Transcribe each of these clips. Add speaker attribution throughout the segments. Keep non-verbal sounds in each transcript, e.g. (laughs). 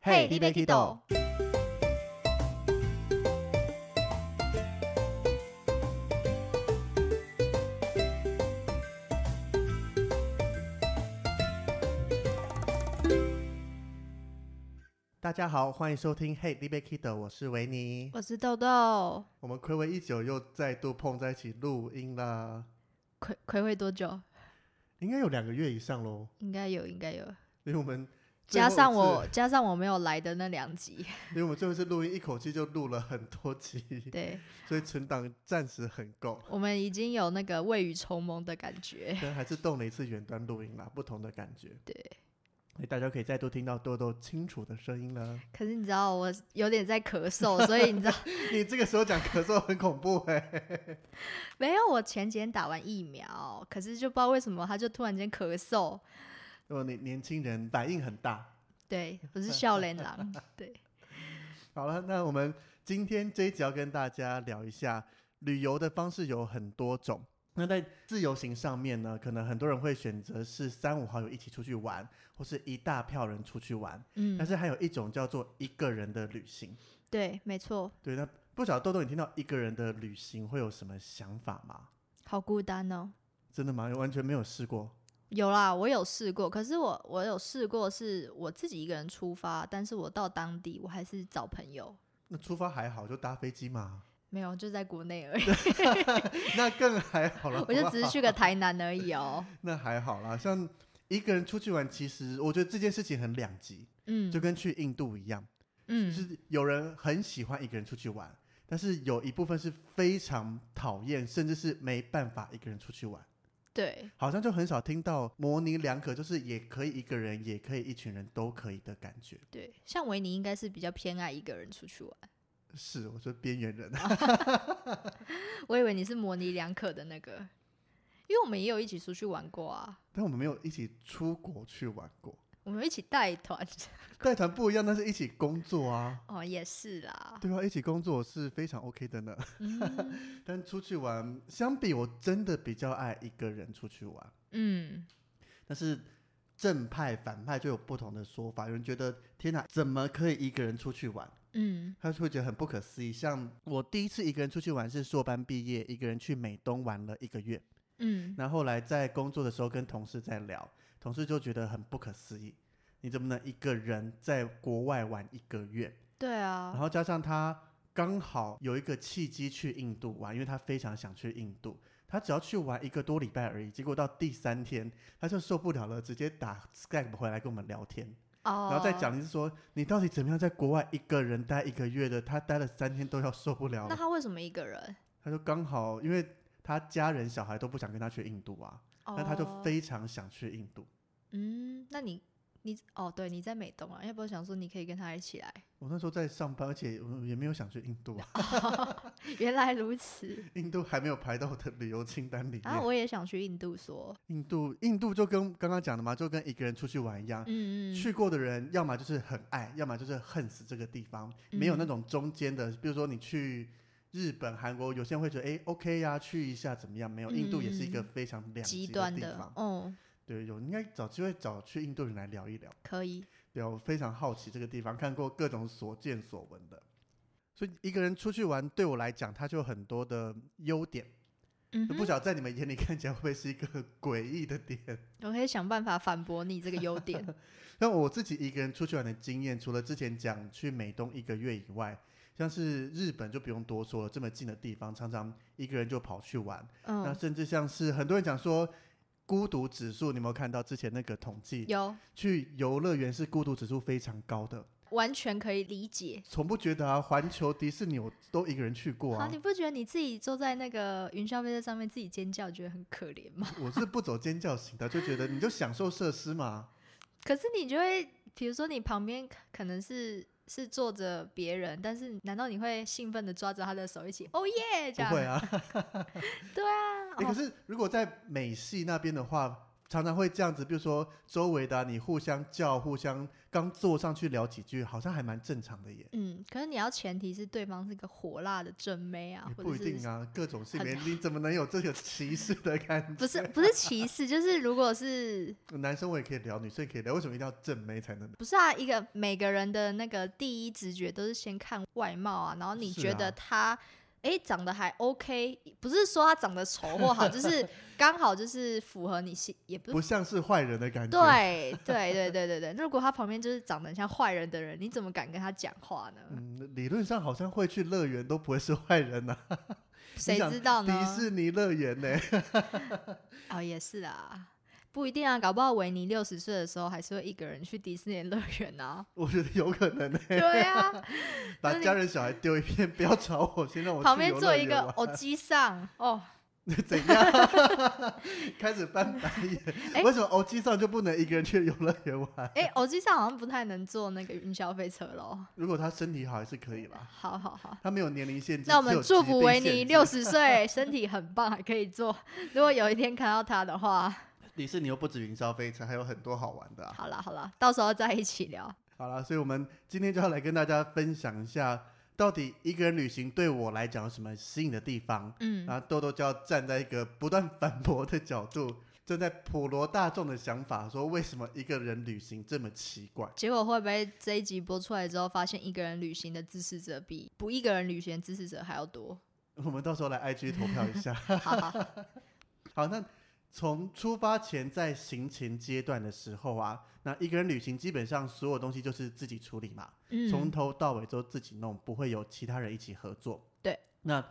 Speaker 1: 嘿你要去倒
Speaker 2: 大家好，欢迎收听 Hey, d b a Kid，我是维尼。
Speaker 1: 我是豆豆，
Speaker 2: 我们暌违已久，又再度碰在一起录音啦，
Speaker 1: 葵葵会多久？
Speaker 2: 应该有两个月以上喽，
Speaker 1: 应该有，应该有，
Speaker 2: 因为我们最
Speaker 1: 加
Speaker 2: 后一
Speaker 1: 上
Speaker 2: 次
Speaker 1: 我，加上我没有来的那两集， (laughs)
Speaker 2: 因为我们最后一次录音一口气就录了很多集， (laughs)
Speaker 1: 对
Speaker 2: 所以存档暂时很够，
Speaker 1: 我们已经有那个未雨绸缪的感觉。
Speaker 2: 但还是动了一次远端录音啦，不同的感觉。
Speaker 1: 对，
Speaker 2: 所以大家可以再度听到豆豆清楚的声音了。
Speaker 1: 可是你知道我有点在
Speaker 2: (laughs)
Speaker 1: 咳嗽，所以你知道
Speaker 2: 你这个时候讲咳嗽很恐怖哎、
Speaker 1: 没有？我前几天打完疫苗，可是就不知道为什么他就突然间咳嗽。
Speaker 2: 如哦果你年轻人反应很大，
Speaker 1: 对，我是笑
Speaker 2: (laughs)
Speaker 1: 脸狼。对，
Speaker 2: 好了，那我们今天这一集要跟大家聊一下，旅游的方式有很多种。那在自由行上面呢，可能很多人会选择是三五好友一起出去玩，或是一大票人出去玩。但
Speaker 1: 嗯，
Speaker 2: 是还有一种叫做一个人的旅行。
Speaker 1: 对，没错，
Speaker 2: 对，那不晓得豆豆，你听到一个人的旅行会有什么想法吗？
Speaker 1: 好孤单哦。
Speaker 2: 真的吗？完全没有试过。
Speaker 1: 有啦，我有试过，可是我我有试过是我自己一个人出发，但是我到当地我还是找朋友，
Speaker 2: 那出发还好，就搭飞机嘛， (laughs)
Speaker 1: 没有就在国内而已，
Speaker 2: 那更还好了。
Speaker 1: 我就
Speaker 2: 好不
Speaker 1: 只是
Speaker 2: 好
Speaker 1: 去个台南而
Speaker 2: (laughs)
Speaker 1: 已哦。
Speaker 2: 那还好啦。像一个人出去玩，其实我觉得这件事情很两极。
Speaker 1: 嗯，
Speaker 2: 就跟去印度一样，就
Speaker 1: 嗯，
Speaker 2: 是有人很喜欢一个人出去玩，但是有一部分是非常讨厌，甚至是没办法一个人出去玩。
Speaker 1: 对
Speaker 2: 好像就很少听到模棱两可，就是也可以一个人，也可以一群人都可以的感觉。
Speaker 1: 对，像维尼应该是比较偏爱一个人出去玩，
Speaker 2: 是，我说边缘
Speaker 1: 啊
Speaker 2: 人，
Speaker 1: 我以为你是模棱两可的那个，因为我们也有一起出去玩过啊，
Speaker 2: (laughs) 但我们没有一起出国去玩过。
Speaker 1: 我们有一起带团，
Speaker 2: 带团不一样，但是一起工作啊，
Speaker 1: 哦，也是啦，
Speaker 2: 对啊，一起工作是非常 OK 的呢。
Speaker 1: 嗯
Speaker 2: 但出去玩，相比我真的比较爱一个人出去玩。
Speaker 1: 嗯，
Speaker 2: 但是正派反派就有不同的说法，有人觉得天哪，怎么可以一个人出去玩？
Speaker 1: 嗯，
Speaker 2: 他就会觉得很不可思议。像我第一次一个人出去玩是硕班毕业，一个人去美东玩了一个月。
Speaker 1: 嗯，
Speaker 2: 那后来在工作的时候跟同事在聊，同事就觉得很不可思议，你怎么能一个人在国外玩一个月？
Speaker 1: 对啊，
Speaker 2: 然后加上他刚好有一个契机去印度玩，因为他非常想去印度。他只要去玩一个多礼拜而已，结果到第三天他就受不了了，直接打 Skype 回来跟我们聊天，
Speaker 1: 哦，
Speaker 2: 然后再讲的是说你到底怎么样在国外一个人待一个月的，他待了三天都要受不了
Speaker 1: 那
Speaker 2: 了。
Speaker 1: 他为什么一个人？
Speaker 2: 他就刚好因为他家人小孩都不想跟他去印度啊，那他就
Speaker 1: 哦
Speaker 2: 非常想去印度。
Speaker 1: 嗯，那你你哦，对，你在美东啊，要不我想说你可以跟他一起来。 (laughs)
Speaker 2: 我那时候在上班，而且我也没有想去印度啊，
Speaker 1: 原来如此
Speaker 2: 印度还没有排到我的旅游清单里面。
Speaker 1: 啊，我也想去印度说，
Speaker 2: 印度，印度就跟刚刚讲的嘛，就跟一个人出去玩一样，
Speaker 1: 嗯嗯，
Speaker 2: 去过的人要么就是很爱，要么就是恨死这个地方，没有那
Speaker 1: 嗯
Speaker 2: 种中间的。比如说你去日本、韩国，有些人会觉得哎，OK 呀、去一下怎么样？没有，印度也是一个
Speaker 1: 嗯
Speaker 2: 非常两
Speaker 1: 极
Speaker 2: 极
Speaker 1: 端
Speaker 2: 地
Speaker 1: 的
Speaker 2: 方，。
Speaker 1: 哦，
Speaker 2: 对，有应该找机会找去印度人来聊一聊。
Speaker 1: 可以，
Speaker 2: 对啊，我非常好奇这个地方，看过各种所见所闻的。所以一个人出去玩，对我来讲，它就有很多的优点。
Speaker 1: 嗯
Speaker 2: 不
Speaker 1: 哼，
Speaker 2: 晓得在你们眼里看起来会不会是一个 (laughs) 诡异的点？
Speaker 1: 我可以想办法反驳你这个优
Speaker 2: (laughs)
Speaker 1: 点。
Speaker 2: 那我自己一个人出去玩的经验，除了之前讲去美东一个月以外，像是日本就不用多说了，这么近的地方，常常一个人就跑去玩。那
Speaker 1: 嗯，
Speaker 2: 甚至像是很多人讲说。孤独指数，你有没有看到之前那个统计？
Speaker 1: 有
Speaker 2: 去游乐园是孤独指数非常高的，
Speaker 1: 完全可以理解。
Speaker 2: 从不觉得啊，环球、迪士尼我都一个人去过
Speaker 1: 好，
Speaker 2: 啊
Speaker 1: 你，不觉得你自己坐在那个云霄飞车上面自己尖叫，觉得很可怜吗？ (laughs)
Speaker 2: 我是不走尖叫型的，就觉得你就享受设施
Speaker 1: (laughs)
Speaker 2: 嘛。
Speaker 1: 可是你就会，比如说你旁边可可能是是坐着别人，但是难道你会兴奋的抓着他的手一起哦耶这
Speaker 2: 不
Speaker 1: 样？
Speaker 2: 会啊，
Speaker 1: 对啊，
Speaker 2: 欸可
Speaker 1: 哦
Speaker 2: 是如果在美系那边的话，常常会这样子，比如说周围的啊、你互相叫、互相刚坐上去聊几句，好像还蛮正常的耶。
Speaker 1: 嗯，可是你要前提是对方是个火辣的正妹啊
Speaker 2: 也，
Speaker 1: 或
Speaker 2: 不
Speaker 1: 者
Speaker 2: 一
Speaker 1: 是
Speaker 2: 定啊，各种性别，
Speaker 1: 很
Speaker 2: 你怎么能有这个歧视的感
Speaker 1: 不是不是歧视，就是如果是
Speaker 2: 觉？男生我也可以聊，女生也可以聊，为什么一定要正妹才能？
Speaker 1: 不是啊？一个每个人的那个第一直觉都是先看外貌啊，然后你
Speaker 2: 是
Speaker 1: 觉
Speaker 2: 啊
Speaker 1: 得他诶长得还 OK，不是说他长得丑或
Speaker 2: (laughs)
Speaker 1: 好，就是刚好就是符合你心，也不
Speaker 2: 不
Speaker 1: 是。
Speaker 2: 像是坏人的感觉。
Speaker 1: 对对对对对对，如果他旁边就是长得很像坏人的人，你怎么敢跟他讲话呢？
Speaker 2: 嗯，理论上好像会去乐园都不会是坏人呐、
Speaker 1: 谁
Speaker 2: 想
Speaker 1: 知道呢？
Speaker 2: 迪士尼乐园呢、
Speaker 1: 哦，也是啊，不一定啊，搞不好维尼六十岁的时候还是会一个人去迪士尼乐
Speaker 2: (laughs)
Speaker 1: 园啊。
Speaker 2: 我觉得有可能
Speaker 1: (laughs)
Speaker 2: 呢、
Speaker 1: 对啊，
Speaker 2: 把家人小孩丢一边，不要吵我，先让我去
Speaker 1: 旁边
Speaker 2: 游乐
Speaker 1: 坐一
Speaker 2: 园
Speaker 1: 个
Speaker 2: 玩
Speaker 1: 偶机上哦，
Speaker 2: 怎样？开始翻白眼，
Speaker 1: 哎
Speaker 2: 为什么欧机上就不能一个人去游乐园玩？
Speaker 1: 哎，偶机上好像不太能坐那个云霄飞车喽。
Speaker 2: 如果他身体好还 (laughs) 是可以啦，
Speaker 1: 好好好。
Speaker 2: 他没有年龄限制。
Speaker 1: 那我们
Speaker 2: 只有
Speaker 1: 祝
Speaker 2: 疾
Speaker 1: 福
Speaker 2: 病
Speaker 1: 维
Speaker 2: 限
Speaker 1: 尼
Speaker 2: 制 (laughs)
Speaker 1: 六。十岁，身体很棒，还可以坐。如果有一天看到他的话，
Speaker 2: 迪士尼又不止云霄飞车，还有很多好玩的啊。
Speaker 1: 好啦好啦，到时候再一起聊。
Speaker 2: 好了，所以我们今天就要来跟大家分享一下，到底一个人旅行对我来讲有什么吸引的地方。
Speaker 1: 嗯，
Speaker 2: 然后豆豆就要站在一个不断反驳的角度，站在普罗大众的想法，说为什么一个人旅行这么奇怪？
Speaker 1: 结果会不会这一集播出来之后，发现一个人旅行的支持者比不一个人旅行的支持者还
Speaker 2: (laughs)
Speaker 1: 要多？
Speaker 2: 我们到时候来 IG 投票一下。
Speaker 1: 好好好，
Speaker 2: 好，那从出发前在行前阶段的时候啊，那一个人旅行基本上所有东西就是自己处理嘛，
Speaker 1: 嗯，
Speaker 2: 从头到尾都自己弄，不会有其他人一起合作。
Speaker 1: 对，
Speaker 2: 那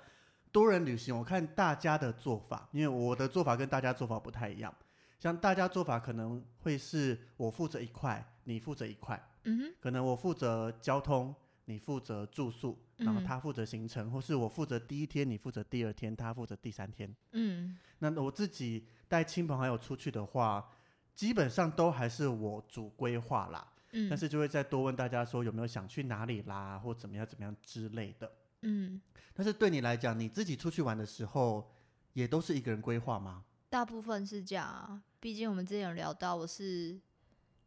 Speaker 2: 多人旅行，我看大家的做法，因为我的做法跟大家做法不太一样。像大家做法可能会是我负责一块，你负责一块，
Speaker 1: 嗯哼，
Speaker 2: 可能我负责交通，你负责住宿，然后
Speaker 1: 嗯
Speaker 2: 他负责行程，或是我负责第一天，你负责第二天，他负责第三天。
Speaker 1: 嗯
Speaker 2: 那我自己带亲朋好友出去的话，基本上都还是我主规划啦，
Speaker 1: 嗯，
Speaker 2: 但是就会再多问大家说有没有想去哪里啦，或怎么样怎么样之类的。
Speaker 1: 嗯，
Speaker 2: 但是对你来讲，你自己出去玩的时候，也都是一个人规划吗？
Speaker 1: 大部分是这样啊。毕竟我们之前有聊到，我是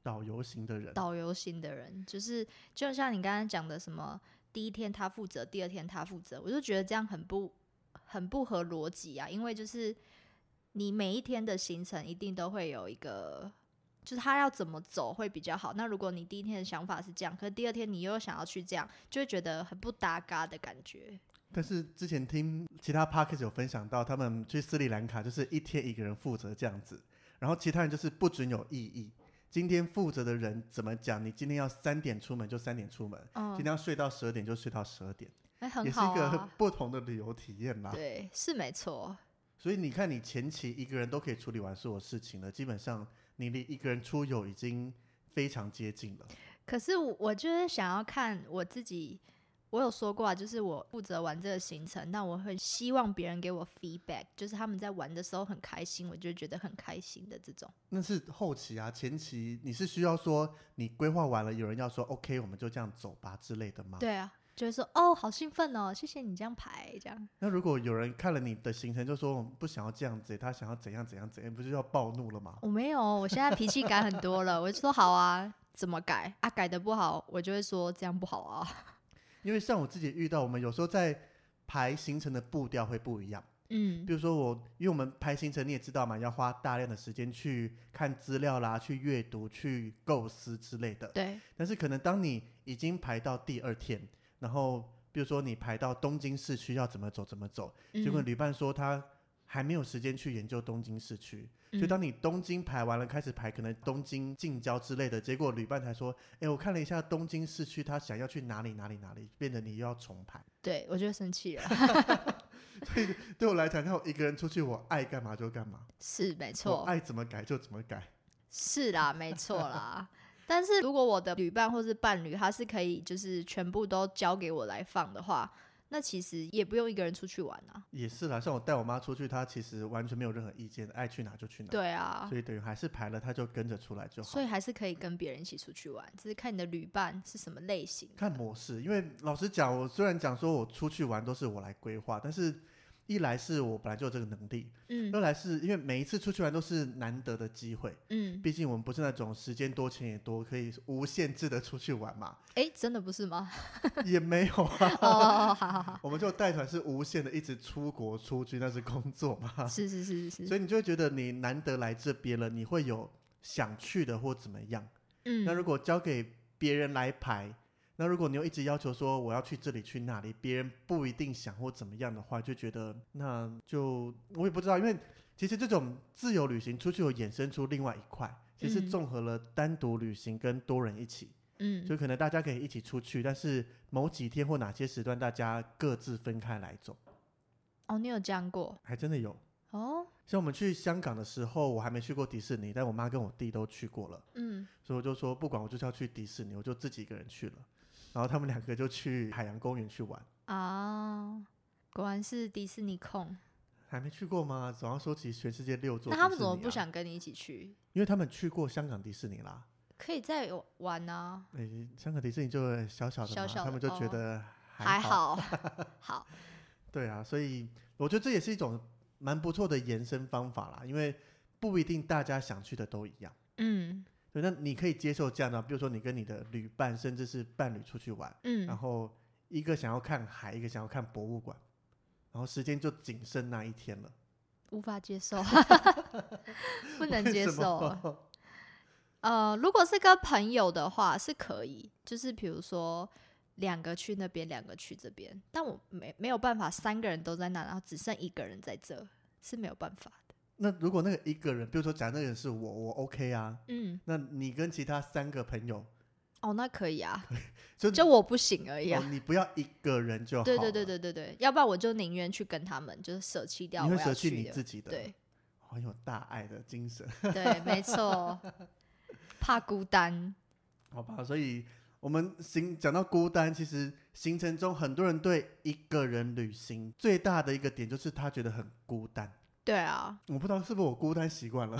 Speaker 2: 导游型的人，
Speaker 1: 导游型的人，就是就像你刚刚讲的，什么第一天他负责，第二天他负责，我就觉得这样很不很不合逻辑啊。因为就是你每一天的行程一定都会有一个，就是他要怎么走会比较好。那如果你第一天的想法是这样，可是第二天你又想要去这样，就会觉得很不搭嘎的感觉。
Speaker 2: 但是之前听其他 p a r k e s 有分享到，他们去斯里兰卡就是一天一个人负责这样子，然后其他人就是不准有异议。今天负责的人怎么讲？你今天要三点出门就三点出门，
Speaker 1: 嗯
Speaker 2: 今，天要睡到十二点就睡到十二点。
Speaker 1: 哎、很
Speaker 2: 也是
Speaker 1: 好
Speaker 2: 一个
Speaker 1: 啊。
Speaker 2: (laughs) 不同的旅游体验啦。
Speaker 1: 对，是没错。
Speaker 2: 所以你看，你前期一个人都可以处理完所有事情了，基本上你离一个人出游已经非常接近了。
Speaker 1: 可是我我就是想要看我自己，我有说过啊，就是我负责玩这个行程，那我很希望别人给我 feedback，就是他们在玩的时候很开心，我就觉得很开心的这种。
Speaker 2: 那是后期啊，前期你是需要说你规划完了，有人要说 OK，我们就这样走吧之类的吗？。
Speaker 1: 对啊，就会说哦，好兴奋哦，谢谢你这样排这样。
Speaker 2: 那如果有人看了你的行程就说我们不想要这样子，他想要怎样怎样怎样，不就要暴怒了吗？
Speaker 1: 我没有，我现在脾气改很多了，我就说好啊，怎么改啊？改的不好，我就会说这样不好啊。
Speaker 2: 因为像我自己遇到，我们有时候在排行程的步调会不一样。
Speaker 1: 嗯
Speaker 2: 比如说我，因为我们拍行程你也知道嘛，要花大量的时间去看资料啦，去阅读、去构思之类的。
Speaker 1: 对，
Speaker 2: 但是可能当你已经排到第二天，然后比如说你排到东京市区要怎么走怎么走，结果
Speaker 1: 嗯
Speaker 2: 旅伴说他还没有时间去研究东京市区，所以
Speaker 1: 嗯
Speaker 2: 当你东京排完了，开始排可能东京近郊之类的，结果旅伴才说，哎，我看了一下东京市区，他想要去哪里哪里哪里，变得你又要重排。
Speaker 1: 对我就生气了， (laughs)
Speaker 2: 对我来讲，那我一个人出去，我爱干嘛就干嘛。
Speaker 1: 是没
Speaker 2: 我
Speaker 1: 错。
Speaker 2: 爱怎么改就怎么改。
Speaker 1: 是啦，没错啦。但是如果我的旅伴或是伴侣，他是可以就是全部都交给我来放的话，那其实也不用一个人出去玩啊。
Speaker 2: 也是啦，像我带我妈出去，她其实完全没有任何意见，爱去哪就去哪。、
Speaker 1: 对啊，
Speaker 2: 所以等于还是排了，她就跟着出来就好
Speaker 1: 所。以还是可以跟别人一起出去玩，只是看你的旅伴是什么类型。
Speaker 2: 看模式，因为老实讲，我虽然讲说我出去玩都是我来规划，但是一来是我本来就有这个能力，
Speaker 1: 嗯
Speaker 2: 二来是因为每一次出去玩都是难得的机会，
Speaker 1: 嗯，
Speaker 2: 毕竟我们不是那种时间多钱也多可以无限制的出去玩嘛，
Speaker 1: (laughs) 哎、真的不
Speaker 2: (laughs)
Speaker 1: 是吗？
Speaker 2: 也没有啊。
Speaker 1: 哦，好好好，
Speaker 2: 我们就带团是无限的，一直出国出去，那是工作嘛，
Speaker 1: 是是是是
Speaker 2: 所
Speaker 1: 是，
Speaker 2: 以你就会觉得你难得来这边了，你会有想去的或怎么样。那
Speaker 1: 嗯
Speaker 2: 如果交给别人来排，那如果你又一直要求说我要去这里去那里，别人不一定想或怎么样的话，就觉得那就我也不知道，因为其实这种自由旅行出去有衍生出另外一块，其实
Speaker 1: 嗯
Speaker 2: 综合了单独旅行跟多人一起，
Speaker 1: 嗯
Speaker 2: 就可能大家可以一起出去，但是某几天或哪些时段大家各自分开来走，
Speaker 1: 哦，你有讲过
Speaker 2: 还真的有。
Speaker 1: 哦，
Speaker 2: 像我们去香港的时候，我还没去过迪士尼，但我妈跟我弟都去过了。
Speaker 1: 嗯
Speaker 2: 所以我就说不管，我就是要去迪士尼，我就自己一个人去了。然后他们两个就去海洋公园去玩，
Speaker 1: 啊，果然是迪士尼控。
Speaker 2: 还没去过吗？总要说起全世界六座、
Speaker 1: 那他们怎么不？想跟你一起去？
Speaker 2: 啊因为他们去过香港迪士尼啦。
Speaker 1: 可以再有玩啊，
Speaker 2: 诶、香港迪士尼就小小的嘛，
Speaker 1: 小小的
Speaker 2: 他们就觉
Speaker 1: 哦
Speaker 2: 得
Speaker 1: 还
Speaker 2: 好。
Speaker 1: 好，好，
Speaker 2: 对啊，所以我觉得这也是一种蛮不错的延伸方法啦，因为不一定大家想去的都一样。
Speaker 1: (laughs) 嗯
Speaker 2: 对，那你可以接受这样的，比如说你跟你的旅伴，甚至是伴侣出去玩，然
Speaker 1: 嗯
Speaker 2: 后一个想要看海，一个想要看博物馆，然后时间就仅剩那一天了，
Speaker 1: 无法
Speaker 2: (laughs)
Speaker 1: 接受， (laughs) 不能
Speaker 2: 为
Speaker 1: 接
Speaker 2: 什么
Speaker 1: 受。啊呃，如果是跟朋友的话是可以，就是比如说两个去那边，两个去这边，但我没没有办法，三个人都在那，然后只剩一个人在这，是没有办法的。
Speaker 2: (laughs) 那如果那个一个人，比如说假如那个人是我，我 OK 啊，
Speaker 1: 嗯，
Speaker 2: 那你跟其他三个朋友，
Speaker 1: 哦，那可以啊，
Speaker 2: 就
Speaker 1: (laughs) 就我不行而已
Speaker 2: 哦
Speaker 1: 啊。，
Speaker 2: 你不要一个人就好，啊
Speaker 1: 对对对，对对对，要不然我就宁愿去跟他们，就是舍弃掉
Speaker 2: 你
Speaker 1: 我
Speaker 2: 会
Speaker 1: 要
Speaker 2: 舍弃
Speaker 1: 去
Speaker 2: 你
Speaker 1: 的
Speaker 2: 自己的，
Speaker 1: 对，
Speaker 2: 很有大爱的精神，
Speaker 1: 对，
Speaker 2: (laughs)
Speaker 1: 没错，怕孤单。
Speaker 2: 好吧，所以。我们行讲到孤单，其实行程中很多人对一个人旅行最大的一个点就是他觉得很孤单。
Speaker 1: 对啊，
Speaker 2: 我不知道是不是我孤单习惯了，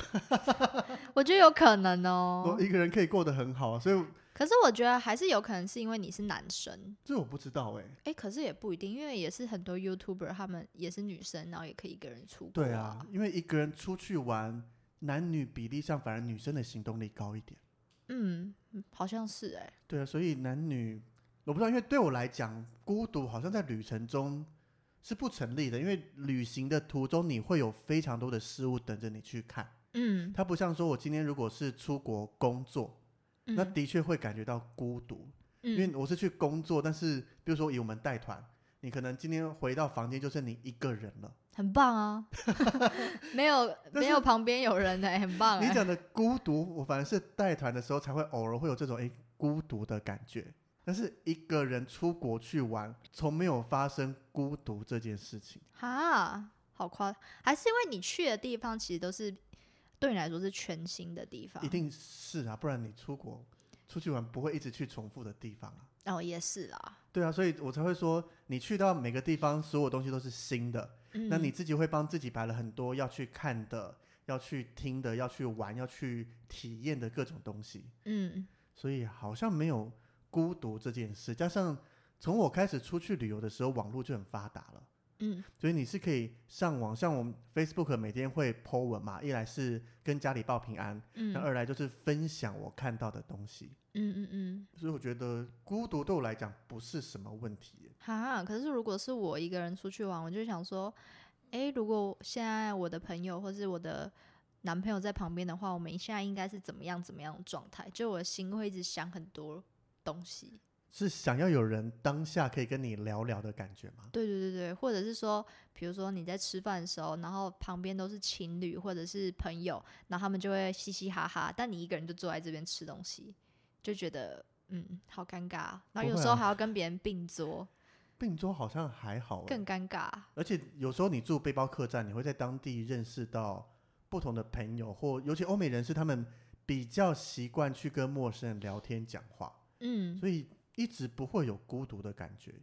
Speaker 1: 我觉得有可能哦
Speaker 2: 我。一个人可以过得很好，啊所以
Speaker 1: 可是我觉得还是有可能是因为你是男生，
Speaker 2: 这我不知道哎、
Speaker 1: 哎，可是也不一定，因为也是很多 YouTuber 他们也是女生，然后也可以一个人出国。
Speaker 2: 对啊，，因为一个人出去玩，男女比例上反而女生的行动力高一点。
Speaker 1: 嗯，好像是哎，
Speaker 2: 对啊，所以男女我不知道，因为对我来讲，孤独好像在旅程中是不成立的，因为旅行的途中你会有非常多的事物等着你去看，
Speaker 1: 嗯，
Speaker 2: 它不像说我今天如果是出国工作，那
Speaker 1: 嗯
Speaker 2: 的确会感觉到孤独，因
Speaker 1: 嗯
Speaker 2: 为我是去工作，但是比如说以我们带团，你可能今天回到房间就剩你一个人了。
Speaker 1: 很
Speaker 2: (laughs)
Speaker 1: 棒啊，没有
Speaker 2: 但
Speaker 1: 没有旁边有人哎，很棒
Speaker 2: 你
Speaker 1: 哎，
Speaker 2: 讲的孤独，我反而是带团的时候才会偶尔会有这种诶孤独的感觉。但是一个人出国去玩，从没有发生孤独这件事情。
Speaker 1: 哈，好夸，还是因为你去的地方其实都是对你来说是全新的地方
Speaker 2: 一，定是啊，不然你出国出去玩不会一直去重复的地方啊。
Speaker 1: 哦，也是啦，
Speaker 2: 对啊，所以我才会说，你去到每个地方，所有东西都是新的，
Speaker 1: 嗯，
Speaker 2: 那你自己会帮自己排了很多要去看的、要去听的、要去玩、要去体验的各种东西。
Speaker 1: 嗯
Speaker 2: 所以好像没有孤独这件事。加上从我开始出去旅游的时候，网络就很发达了，
Speaker 1: 嗯
Speaker 2: 所以你是可以上网，像我们 Facebook 每天会 po 文嘛，一来是跟家里报平安，
Speaker 1: 嗯
Speaker 2: 那、二来就是分享我看到的东西。
Speaker 1: 嗯嗯嗯，
Speaker 2: 所以我觉得孤独对我来讲不是什么问题耶，
Speaker 1: 哈，可是如果是我一个人出去玩，我就想说，诶，如果现在我的朋友或是我的男朋友在旁边的话，我们现在应该是怎么样怎么样的状态？就我的心会一直想很多东西。
Speaker 2: 是想要有人当下可以跟你聊聊的感觉吗？
Speaker 1: 对对对对，或者是说，比如说你在吃饭的时候，然后旁边都是情侣或者是朋友，然后他们就会嘻嘻哈哈，但你一个人就坐在这边吃东西，就觉得嗯，好尴尬啊。然后
Speaker 2: 不
Speaker 1: 有
Speaker 2: 会
Speaker 1: 时候
Speaker 2: 啊
Speaker 1: 还要跟别人并桌，
Speaker 2: 并桌好像还好耶，欸
Speaker 1: 更尴尬啊。
Speaker 2: 而且有时候你住背包客栈，你会在当地认识到不同的朋友，或尤其欧美人士，他们比较习惯去跟陌生人聊天讲话，
Speaker 1: 嗯，
Speaker 2: 所以一直不会有孤独的感觉，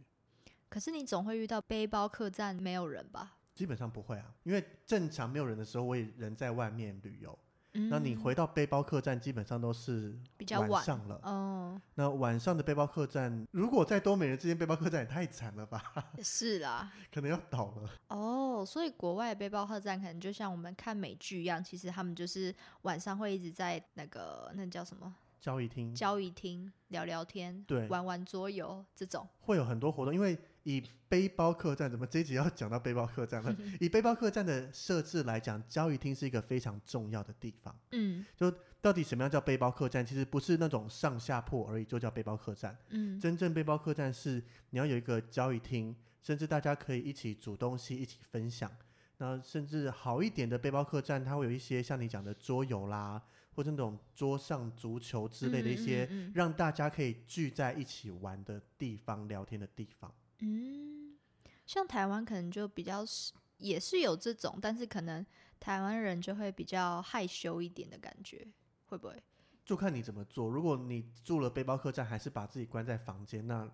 Speaker 1: 可是你总会遇到背包客栈没有人吧？
Speaker 2: 基本上不会啊。因为正常没有人的时候，我也人在外面旅游，
Speaker 1: 嗯
Speaker 2: 那你回到背包客栈基本上都是
Speaker 1: 比较
Speaker 2: 晚
Speaker 1: 晚，
Speaker 2: 上了。
Speaker 1: 哦，
Speaker 2: 那晚上的背包客栈，如果在多美人之间背包客栈也太惨了吧，
Speaker 1: 是啦，
Speaker 2: 可能要倒了。
Speaker 1: 哦，所以国外的背包客栈可能就像我们看美剧一样，其实他们就是晚上会一直在那个那叫什么
Speaker 2: 交易厅
Speaker 1: 交易厅聊聊天，
Speaker 2: 嗯对
Speaker 1: 玩玩桌游这种。
Speaker 2: 会有很多活动，因为以背包客栈，怎么这一集要讲到背包客
Speaker 1: (laughs)
Speaker 2: 栈了？以背包客栈的设置来讲，交易厅是一个非常重要的地方。
Speaker 1: 嗯
Speaker 2: 到底什么样叫背包客栈？其实不是那种上下铺而已，就叫背包客栈。
Speaker 1: 嗯
Speaker 2: 真正背包客栈是你要有一个交易厅，甚至大家可以一起煮东西，一起分享。那甚至好一点的背包客栈，它会有一些像你讲的桌游啦，或者那种桌上足球之类的一些，
Speaker 1: 嗯嗯
Speaker 2: 让大家可以聚在一起玩的地方、聊天的地方。
Speaker 1: 嗯嗯像台湾可能就比较是也是有这种，但是可能台湾人就会比较害羞一点的感觉，会不会？
Speaker 2: 就看你怎么做。如果你住了背包客栈，还是把自己关在房间，那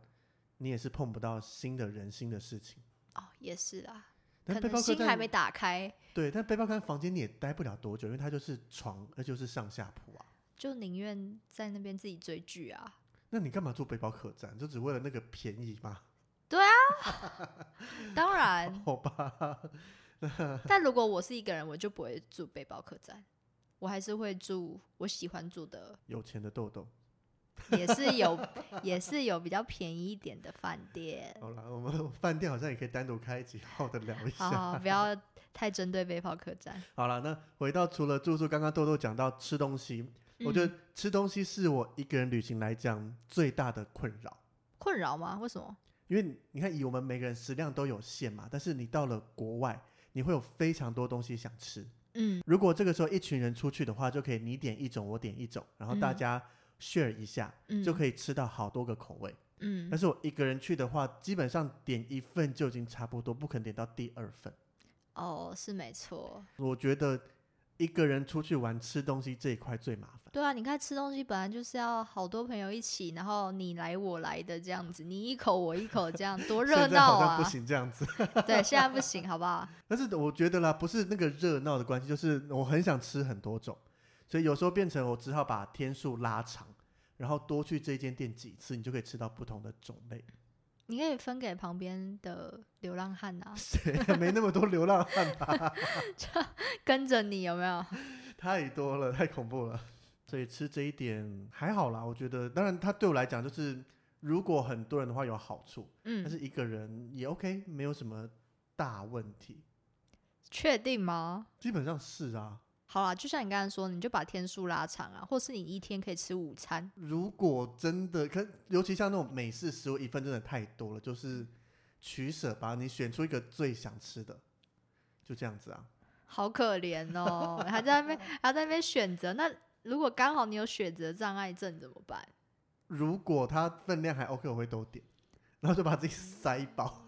Speaker 2: 你也是碰不到新的人、新的事情。
Speaker 1: 哦，也是啦，
Speaker 2: 但
Speaker 1: 可
Speaker 2: 背
Speaker 1: 能
Speaker 2: 包客
Speaker 1: 心还
Speaker 2: 栈
Speaker 1: 没打开，
Speaker 2: 对，但背包客栈房间你也待不了多久，因为它就是床，那就是上下铺啊。
Speaker 1: 就宁愿在那边自己追剧啊。
Speaker 2: 那你干嘛住背包客栈？就只为了那个便宜吗？
Speaker 1: 当然，
Speaker 2: (laughs) 好吧，
Speaker 1: 但如果我是一个人，我就不会住背包客栈，我还是会住我喜欢住的，
Speaker 2: 有钱的豆豆。
Speaker 1: 也是有也是有比较便宜一点的饭
Speaker 2: (laughs)
Speaker 1: 店。
Speaker 2: 好了，我们饭店好像也可以单独开一集，好好的聊一下。
Speaker 1: 好好，哦不要太针对背包客栈。
Speaker 2: 好了，那回到除了住宿，刚刚豆豆讲到吃东西，我觉
Speaker 1: 嗯
Speaker 2: 得吃东西是我一个人旅行来讲最大的困扰。
Speaker 1: 困扰吗？为什么？
Speaker 2: 因为你看，以我们每个人食量都有限嘛，但是你到了国外，你会有非常多东西想吃。
Speaker 1: 嗯
Speaker 2: 如果这个时候一群人出去的话，就可以你点一种，我点一种，然后大
Speaker 1: 嗯
Speaker 2: 家 share 一下，
Speaker 1: 嗯，
Speaker 2: 就可以呃吃到好多个口味。
Speaker 1: 嗯
Speaker 2: 但，是我一个人去的话，基本上点一份就已经差不多，不肯点到第二份。
Speaker 1: 哦，是没错。
Speaker 2: 我觉得一个人出去玩吃东西这一块最麻烦。
Speaker 1: 对啊，你看吃东西本来就是要好多朋友一起，然后你来我来的这样子，你一口我一口这样，多
Speaker 2: (laughs)
Speaker 1: 热
Speaker 2: 现在
Speaker 1: 闹
Speaker 2: 好像
Speaker 1: 啊
Speaker 2: 不！行这样子，(laughs)
Speaker 1: 对，现在不行，好不好？
Speaker 2: 但是我觉得啦，不是那个热闹的关系，就是我很想吃很多种，所以有时候变成我只好把天数拉长，然后多去这间店几次，你就可以吃到不同的种类。 (laughs)
Speaker 1: 你可以分给旁边的流浪汉
Speaker 2: (laughs)
Speaker 1: 啊，
Speaker 2: 谁没那么多流浪 (laughs) 汉吧？
Speaker 1: 跟着你有没有？
Speaker 2: 太多了，太恐怖了。所以吃这一点还好啦，我觉得。当然，它对我来讲就是，如果很多人的话有好处，但
Speaker 1: 嗯，
Speaker 2: 是一个人也 OK，没有什么大问题。
Speaker 1: 确定吗？
Speaker 2: 基本上是啊，
Speaker 1: 好啦，就像你刚才说，你就把天数拉长啊，或是你一天可以吃午餐。
Speaker 2: 如果真的，可尤其像那种美式食物，一份真的太多了，就是取舍吧，你选出一个最想吃的，就这样子啊。
Speaker 1: 好可怜哦，还在那边
Speaker 2: (laughs)
Speaker 1: 还在那边选择。那如果刚好你有选择障碍症怎么办？
Speaker 2: 如果它分量还 OK，我会都点，然后就把自己塞饱。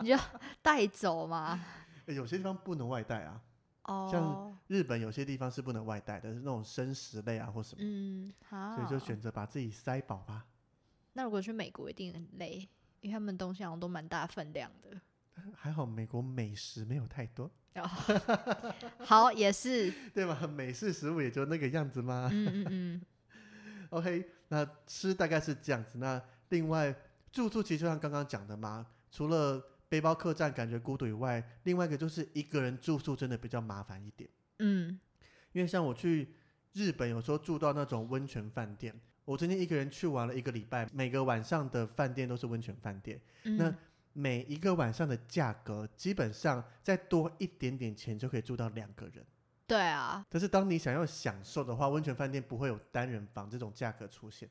Speaker 1: 你就带走嘛。
Speaker 2: 诶 (laughs) 有些地方不能外带啊，
Speaker 1: 哦，
Speaker 2: 日本有些地方是不能外带的，是那种生食类啊或什么，
Speaker 1: 嗯，好。
Speaker 2: 所以就选择把自己塞饱吧。
Speaker 1: 那如果去美国一定很累，因为他们东西好像都蛮大分量的。
Speaker 2: 还好美国美食没有太多，
Speaker 1: 然后好，
Speaker 2: (laughs)
Speaker 1: 也是，
Speaker 2: 对吧？美式食物也就那个样子嘛。
Speaker 1: 嗯嗯嗯，
Speaker 2: OK，那吃大概是这样子。那另外住宿其实就像刚刚讲的嘛，除了背包客栈感觉孤独以外，另外一个就是一个人住宿真的比较麻烦一点。
Speaker 1: 嗯，
Speaker 2: 因为像我去日本，有时候住到那种温泉饭店，我曾经一个人去玩了一个礼拜，每个晚上的饭店都是温泉饭店，
Speaker 1: 嗯
Speaker 2: 那每一个晚上的价格基本上再多一点点钱就可以住到两个人。
Speaker 1: 对啊，
Speaker 2: 但是当你想要享受的话，温泉饭店不会有单人房这种价格出现。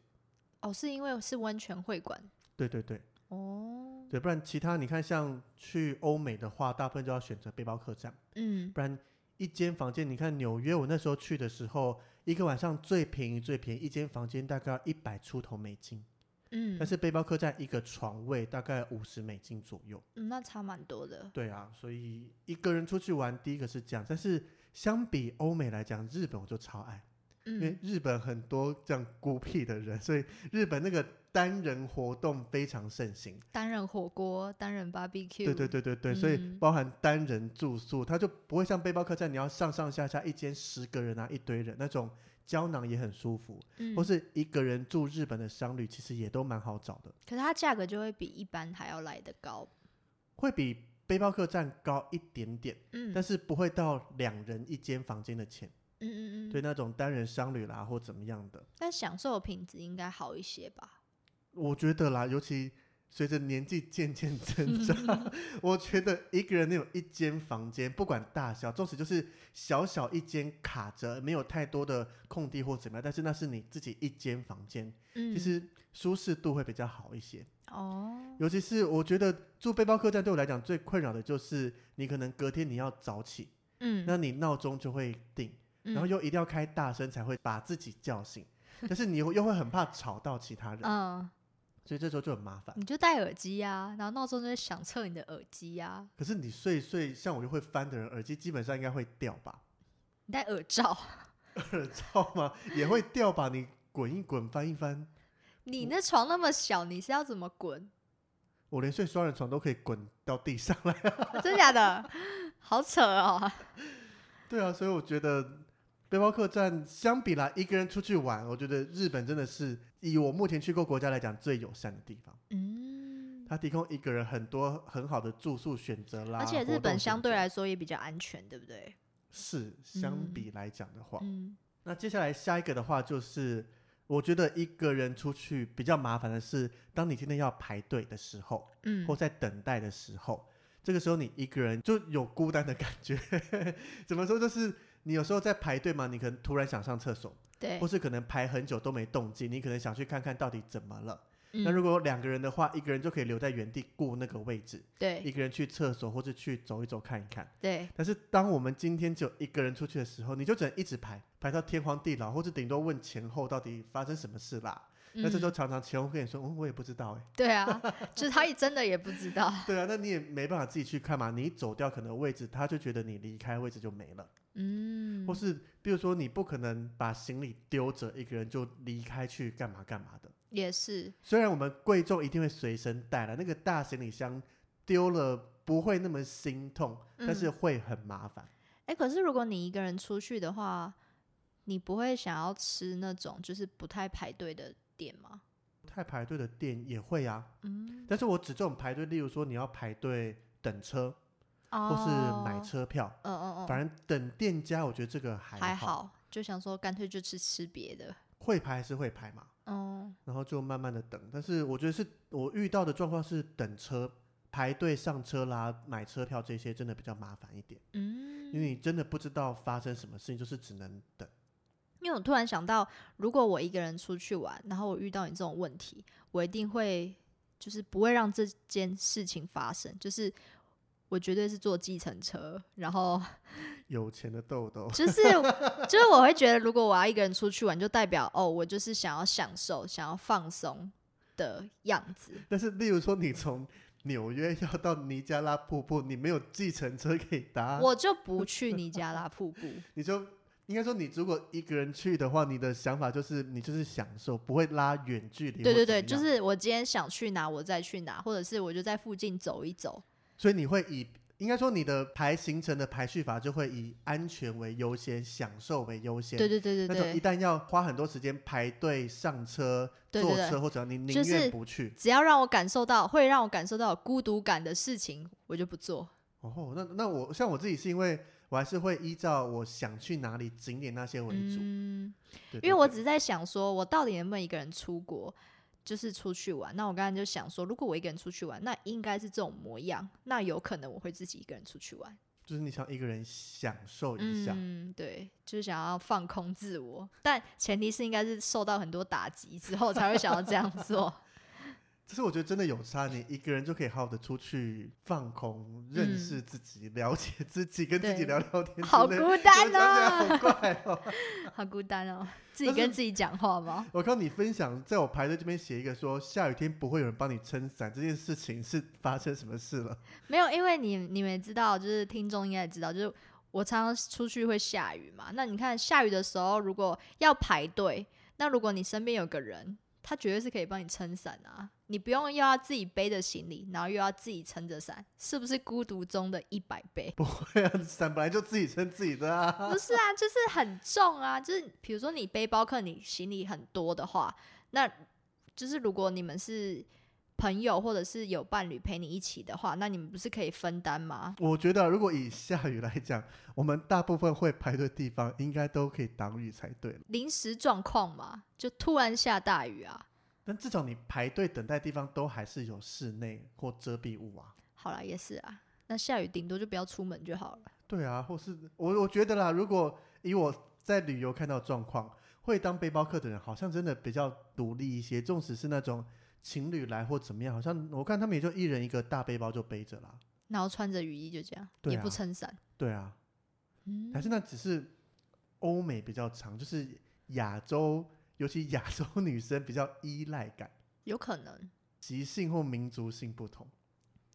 Speaker 1: 哦，是因为是温泉会馆
Speaker 2: 对对对。
Speaker 1: 哦，
Speaker 2: 对，不然其他你看，像去欧美的话，大部分就要选择背包客栈，
Speaker 1: 嗯
Speaker 2: 不然一间房间，你看纽约，我那时候去的时候，一个晚上最便宜最便宜，一间房间大概一百出头美金，
Speaker 1: 嗯，
Speaker 2: 但是背包客栈一个床位大概五十美金左右。
Speaker 1: 嗯那差蛮多的，
Speaker 2: 对啊，所以一个人出去玩，第一个是这样，但是相比欧美来讲，日本我就超爱。因为
Speaker 1: 嗯，
Speaker 2: 日本很多这样孤僻的人，所以日本那个单人活动非常盛行。
Speaker 1: 单人火锅，单人 barbecue，
Speaker 2: 对对对对对，所以
Speaker 1: 嗯
Speaker 2: 包含单人住宿，它就不会像背包客栈，你要上上下下一间十个人啊，一堆人那种胶囊也很舒服，
Speaker 1: 嗯，
Speaker 2: 或是一个人住日本的商旅，其实也都蛮好找的，
Speaker 1: 可是它价格就会比一般还要来得高。
Speaker 2: 会比背包客栈高一点点，
Speaker 1: 嗯，
Speaker 2: 但是不会到两人一间房间的钱。
Speaker 1: 嗯嗯嗯，
Speaker 2: 对，那种单人商旅啦或怎么样的，
Speaker 1: 但享受的品质应该好一些吧？
Speaker 2: 我觉得啦，尤其随着年纪渐渐增长，
Speaker 1: (laughs)
Speaker 2: 我觉得一个人那种一间房间，不管大小，纵使就是小小一间卡着，没有太多的空地或怎么样，但是那是你自己一间房间，
Speaker 1: 嗯，
Speaker 2: 其实舒适度会比较好一些。
Speaker 1: 哦，
Speaker 2: 尤其是我觉得住背包客栈对我来讲最困扰的就是，你可能隔天你要早起，
Speaker 1: 嗯，
Speaker 2: 那你闹钟就会定。然后又一定要开大声才会把自己叫醒，但是你又又会很怕吵到其他人，
Speaker 1: 嗯，
Speaker 2: 所以这时候就很麻烦。
Speaker 1: 你就戴耳机呀、然后闹钟就会响彻你的耳机啊呀、
Speaker 2: 可是你睡一睡，像我就会翻的人，耳机基本上应该会掉吧？ (laughs)
Speaker 1: 你戴耳罩， (laughs)
Speaker 2: 耳罩吗？也会掉吧？你滚一滚，翻一翻，
Speaker 1: 你那床那么小，你是要怎么 (laughs) 滚？
Speaker 2: 我连睡双人床都可以滚到地上来。 (laughs)
Speaker 1: 啊真假的？ (laughs) 好扯哦！
Speaker 2: 对啊，所以我觉得背包客栈相比啦，一个人出去玩，我觉得日本真的是以我目前去过国家来讲最友善的地方。
Speaker 1: 嗯，
Speaker 2: 它提供一个人很多很好的住宿选择啦，
Speaker 1: 而且
Speaker 2: 活
Speaker 1: 日
Speaker 2: 动
Speaker 1: 本
Speaker 2: 选
Speaker 1: 相对
Speaker 2: 择
Speaker 1: 来说也比较安全，对不对？
Speaker 2: 是相
Speaker 1: 嗯
Speaker 2: 比来讲的话，
Speaker 1: 嗯
Speaker 2: 那接下来下一个的话就是，我觉得一个人出去比较麻烦的是，当你今天要排队的时候，
Speaker 1: 嗯
Speaker 2: 或在等待的时候，这个时候你一个人就有孤单的感觉。 (laughs) 怎么说？就是你有时候在排队嘛，你可能突然想上厕所，
Speaker 1: 对
Speaker 2: 或。是可能排很久都没动静，你可能想去看看到底怎么了。
Speaker 1: 嗯
Speaker 2: 那如果有两个人的话，一个人就可以留在原地顾那个位置，
Speaker 1: 对
Speaker 2: 一个人去厕所或是去走一走看一看。
Speaker 1: 对，
Speaker 2: 但是当我们今天只有一个人出去的时候，你就只能一直排，排到天荒地老，或者顶多问前后到底发生什么事啦。那这时候
Speaker 1: 嗯
Speaker 2: 常常前后跟你说，嗯，我也不知道哎、
Speaker 1: 对
Speaker 2: (laughs)
Speaker 1: 啊，就是他也真的也不知道。
Speaker 2: 对啊，那你也没办法自己去看嘛，你一走掉可能位置，他就觉得你离开位置就没了，
Speaker 1: 嗯，
Speaker 2: 或是比如说你不可能把行李丢着一个人就离开去干嘛干嘛的。
Speaker 1: 也是，
Speaker 2: 虽然我们贵重一定会随身带了，那个大行李箱丢了不会那么心痛，但是
Speaker 1: 嗯
Speaker 2: 会很麻烦。
Speaker 1: 哎、可是如果你一个人出去的话，你不会想要吃那种就是不太排队的店吗？
Speaker 2: 太排队的店也会啊，
Speaker 1: 嗯，
Speaker 2: 但是我指这种排队，例如说你要排队等车
Speaker 1: 哦
Speaker 2: 或是买，车票，
Speaker 1: 嗯嗯嗯，
Speaker 2: 反正等店家，我觉得这个还
Speaker 1: 还好，就想说干脆就去吃别的。
Speaker 2: 会排还是会排嘛，
Speaker 1: 哦，
Speaker 2: 然后就慢慢的等。但是我觉得是我遇到的状况是等车、排队上车啦、买车票这些真的比较麻烦一点，
Speaker 1: 嗯，
Speaker 2: 因为你真的不知道发生什么事情，就是只能
Speaker 1: (laughs)
Speaker 2: 等。
Speaker 1: 因为我突然想到，如果我一个人出去玩，然后我遇到你这种问题，我一定会就是不会让这件事情发生，就是我绝对是坐计程车，然 (laughs) 后
Speaker 2: 有钱的豆豆，
Speaker 1: 就是就是我会觉得，如果我要一个人出去玩，就代表哦，我就是想要享受、想要放松的样子。
Speaker 2: (laughs) 但是例如说你从纽约要到尼加拉瀑布，你没有计程车可以搭，
Speaker 1: 我就不去尼加拉瀑布，
Speaker 2: 你就应该说，你如果一个人去的话，你的想法就是你就是享受，不会拉远距离或怎
Speaker 1: 对
Speaker 2: 么样。
Speaker 1: 对对，就是我今天想去哪，我再去哪，或者是我就在附近走一走。
Speaker 2: 所以你会以应该说你的排行程的排序法就会以安全为优先，享受为优先。
Speaker 1: 对对对对
Speaker 2: 那种一
Speaker 1: 对，
Speaker 2: 旦要花很多时间排队上车、
Speaker 1: 对对对
Speaker 2: 坐车或者你宁
Speaker 1: 就是
Speaker 2: 愿不去。
Speaker 1: 只要让我感受到会让我感受到有孤独感的事情，我就不做。
Speaker 2: 哦，那那我像我自己是因为我还是会依照我想去哪里景点那些为主，
Speaker 1: 嗯，
Speaker 2: 对对
Speaker 1: 因为我
Speaker 2: 对
Speaker 1: 只是在想说，我到底能不能一个人出国，就是出去玩？那我刚才就想说，如果我一个人出去玩，那应该是这种模样，那有可能我会自己一个人出去玩。
Speaker 2: 就是你想一个人享受一下。
Speaker 1: 嗯，对，就是想要放空自我，但前提是应该是受到很多打击之后才会想要这样做。
Speaker 2: 其实我觉得真的有差，你一个人就可以好好的出去放空，认识自己，了解自己，跟自己
Speaker 1: 对
Speaker 2: 聊聊 (laughs) 天之类的，
Speaker 1: 好孤单
Speaker 2: 啊，
Speaker 1: 啊，
Speaker 2: 好怪哦！
Speaker 1: (laughs) 好孤单哦，自己
Speaker 2: 但是
Speaker 1: 跟自己讲话 (laughs) 吗？
Speaker 2: 我看你分享，在我排队这边写一个说下雨天不会有人帮你撑伞这件事情是发生什么事了？
Speaker 1: 没有，因为你你们也知道，就是听众应该也知道，就是我常常出去会下雨嘛，那你看下雨的时候，如果要排队，那如果你身边有个人，他绝对是可以帮你撑伞啊，你不用又要自己背着行李，然后又要自己撑着伞，是不是孤独中的一百倍？
Speaker 2: 对啊，伞本来就自己撑自己的啊。
Speaker 1: 不是啊，就是很重啊，就是比如说你背包客，你行李很多的话，那就是如果你们是朋友或者是有伴侣陪你一起的话，那你们不是可以分担吗？
Speaker 2: 我觉得啊如果以下雨来讲，我们大部分会排队的地方应该都可以挡雨才对了。
Speaker 1: 临时状况嘛，就突然下大雨啊。
Speaker 2: 但至少你排队等待的地方都还是有室内或遮蔽物啊。
Speaker 1: 好啦，也是啊，那下雨顶多就不要出门就好了。
Speaker 2: 对啊，或是我我觉得啦，如果以我在旅游看到的状况，会当背包客的人好像真的比较独立一些，纵使是那种情侣来或怎么样，好像我看他们也就一人一个大背包就背着啦。
Speaker 1: 然后穿着雨衣就这样，
Speaker 2: 对
Speaker 1: 也不
Speaker 2: 啊
Speaker 1: 撑伞。
Speaker 2: 对啊，还
Speaker 1: 嗯，
Speaker 2: 是那只是欧美比较长，就是亚洲，尤其亚洲 (laughs) 女生比较依赖感，
Speaker 1: 有可能，
Speaker 2: 习性或民族性不同。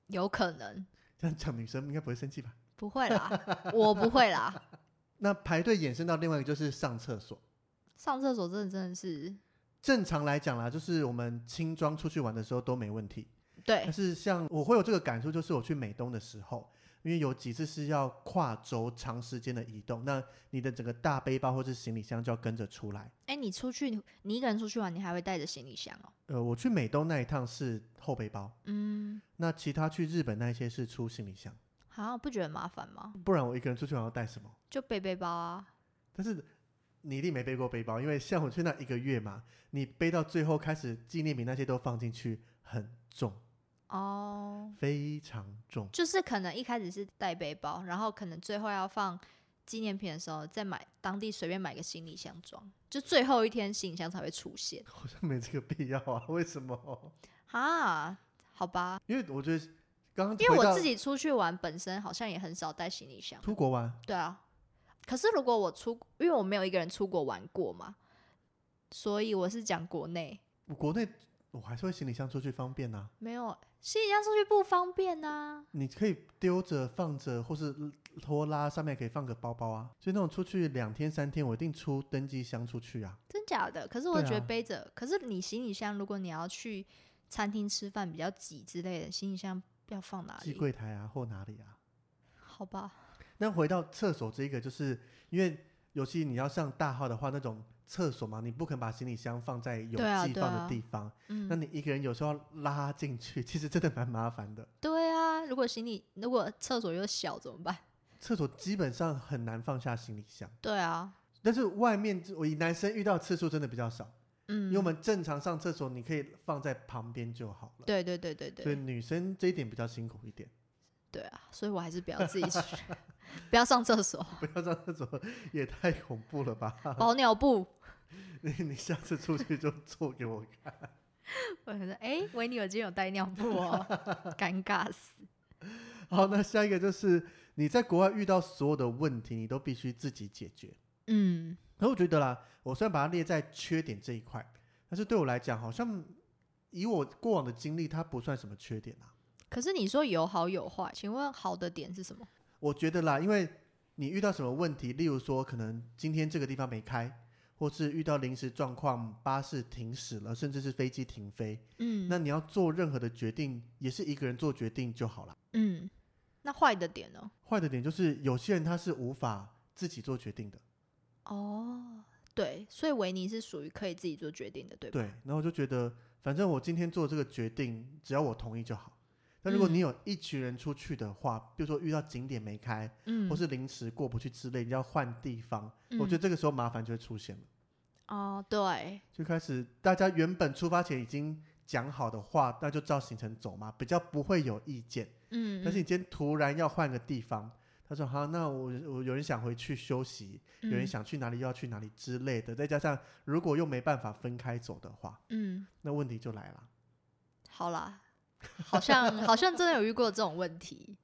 Speaker 1: 有可能，
Speaker 2: 这样讲女生应该不会生气吧？
Speaker 1: 不会啦，我不会啦。
Speaker 2: 那排队衍生到另外一个就是上厕所。
Speaker 1: 上厕所真的真的是，
Speaker 2: 正常来讲啦，就是我们轻装出去玩的时候都没问题，但
Speaker 1: 对，
Speaker 2: 是像我会有这个感触，就是我去美东的时候，因为有几次是要跨州长时间的移动，那你的整个大背包或是行李箱就要跟着出来。
Speaker 1: 哎，你出去，你你一个人出去玩，你还会带着行李箱哦。
Speaker 2: 呃，我去美东那一趟是后背包，
Speaker 1: 嗯，
Speaker 2: 那其他去日本那一些是出行李箱，
Speaker 1: 好像不觉得麻烦吗？
Speaker 2: 不然我一个人出去玩要带什么？
Speaker 1: 就背背包啊。
Speaker 2: 但是你一定没背过背包，因为像我去那一个月嘛，你背到最后开始纪念品那些都放进去，很重，
Speaker 1: 哦，
Speaker 2: 非常重。 (laughs)
Speaker 1: 就是可能一开始是带背包，然后可能最后要放纪念品的时候，再买当地随便买个行李箱装，就最后一天行李箱才会出现。
Speaker 2: 好像没这个必要啊？为什么？
Speaker 1: 啊，好吧，
Speaker 2: 因为我觉得刚刚
Speaker 1: 因为
Speaker 2: 回
Speaker 1: 我
Speaker 2: 到
Speaker 1: 自己出去玩本身好像也很少带行李箱。
Speaker 2: 出国玩，
Speaker 1: 对啊，可是如果我出，因为我没有一个人出国玩过嘛，所以我是讲国内
Speaker 2: 我国内我还是会行李箱出去方便啊。
Speaker 1: 没有行李箱出去不方便啊呐、
Speaker 2: 你可以丢着放着，或是拖拉上面可以放个包包啊。所以那种出去两天三天，我一定出登机箱出去啊。
Speaker 1: 真假的？可是我
Speaker 2: 对
Speaker 1: 觉得
Speaker 2: 啊
Speaker 1: 背着，可是你行李箱，如果你要去餐厅吃饭比较挤之类的，行李箱要放哪
Speaker 2: 寄
Speaker 1: 里？
Speaker 2: 柜台啊，或哪里啊。
Speaker 1: 好吧，
Speaker 2: 那回到厕所这个，就是因为尤其你要上大号的话，那种厕所嘛，你不肯把行李箱放在有
Speaker 1: 对啊
Speaker 2: 寄
Speaker 1: 对
Speaker 2: 放
Speaker 1: 啊
Speaker 2: 的地方，那
Speaker 1: 嗯，
Speaker 2: 你一个人有时候要拉进去，其实真的蛮麻烦的。
Speaker 1: 对啊，如果行李如果厕所又小怎么办？ (laughs)
Speaker 2: 厕所基本上很难放下行李箱，
Speaker 1: 对啊，
Speaker 2: 但是外面我以男生遇到次数真的比较少，
Speaker 1: 嗯，
Speaker 2: 因为我们正常上厕所你可以放在旁边就好了。
Speaker 1: 对对对对对，
Speaker 2: 所以女生这一点比较辛苦一
Speaker 1: (laughs)
Speaker 2: 点，
Speaker 1: 对啊，所以我还是不要自己去， (laughs) 不要上
Speaker 2: (laughs)
Speaker 1: 厕所，
Speaker 2: 不要上厕所也太恐怖了吧！ (laughs)
Speaker 1: 包尿布。
Speaker 2: 你你下次出去就做给我看。
Speaker 1: 我觉得，哎、维尼，我今天有带尿布
Speaker 2: (laughs)
Speaker 1: 哦，尴尬死。
Speaker 2: 好，那下一个就是你在国外遇到所有的问题，你都必须自己解决。
Speaker 1: 嗯，
Speaker 2: 然后我觉得啦，我虽然把它列在缺点这一块，但是对我来讲，好像以我过往的经历，它不算什么缺点啊。
Speaker 1: 可是你说有好有坏，请问好的点是什么？
Speaker 2: 我觉得啦，因为你遇到什么问题，例如说可能今天这个地方没开，或是遇到临时状况，巴士停驶了，甚至是飞机停飞，
Speaker 1: 嗯，
Speaker 2: 那你要做任何的决定，也是一个人做决定就好了。
Speaker 1: 嗯，那坏的点呢？
Speaker 2: 坏的点就是有些人他是无法自己做决定的，
Speaker 1: 哦，对，所以维尼是属于可以自己做决定的，对吧？
Speaker 2: 对。然后我就觉得，反正我今天做这个决定，只要我同意就好。但
Speaker 1: 嗯
Speaker 2: 如果你有一群人出去的话，比如说遇到景点没开，
Speaker 1: 嗯，
Speaker 2: 或是临时过不去之类，要换地方，我觉得
Speaker 1: 得
Speaker 2: 这个时候麻烦就会出现了。
Speaker 1: 哦，对，
Speaker 2: 就开始大家原本出发前已经讲好的话，那就照行程走嘛，比较不会有意见。
Speaker 1: 嗯，
Speaker 2: 但是你今天突然要换个地方，他说好，那我我有人想回去休息，有人
Speaker 1: 嗯，
Speaker 2: 想去哪里又要去哪里之类的，再加上如果又没办法分开走的话，
Speaker 1: 嗯，
Speaker 2: 那问题就来了。 (laughs)
Speaker 1: 好啦，好像好像真的有遇过这种问
Speaker 2: (laughs)
Speaker 1: 题，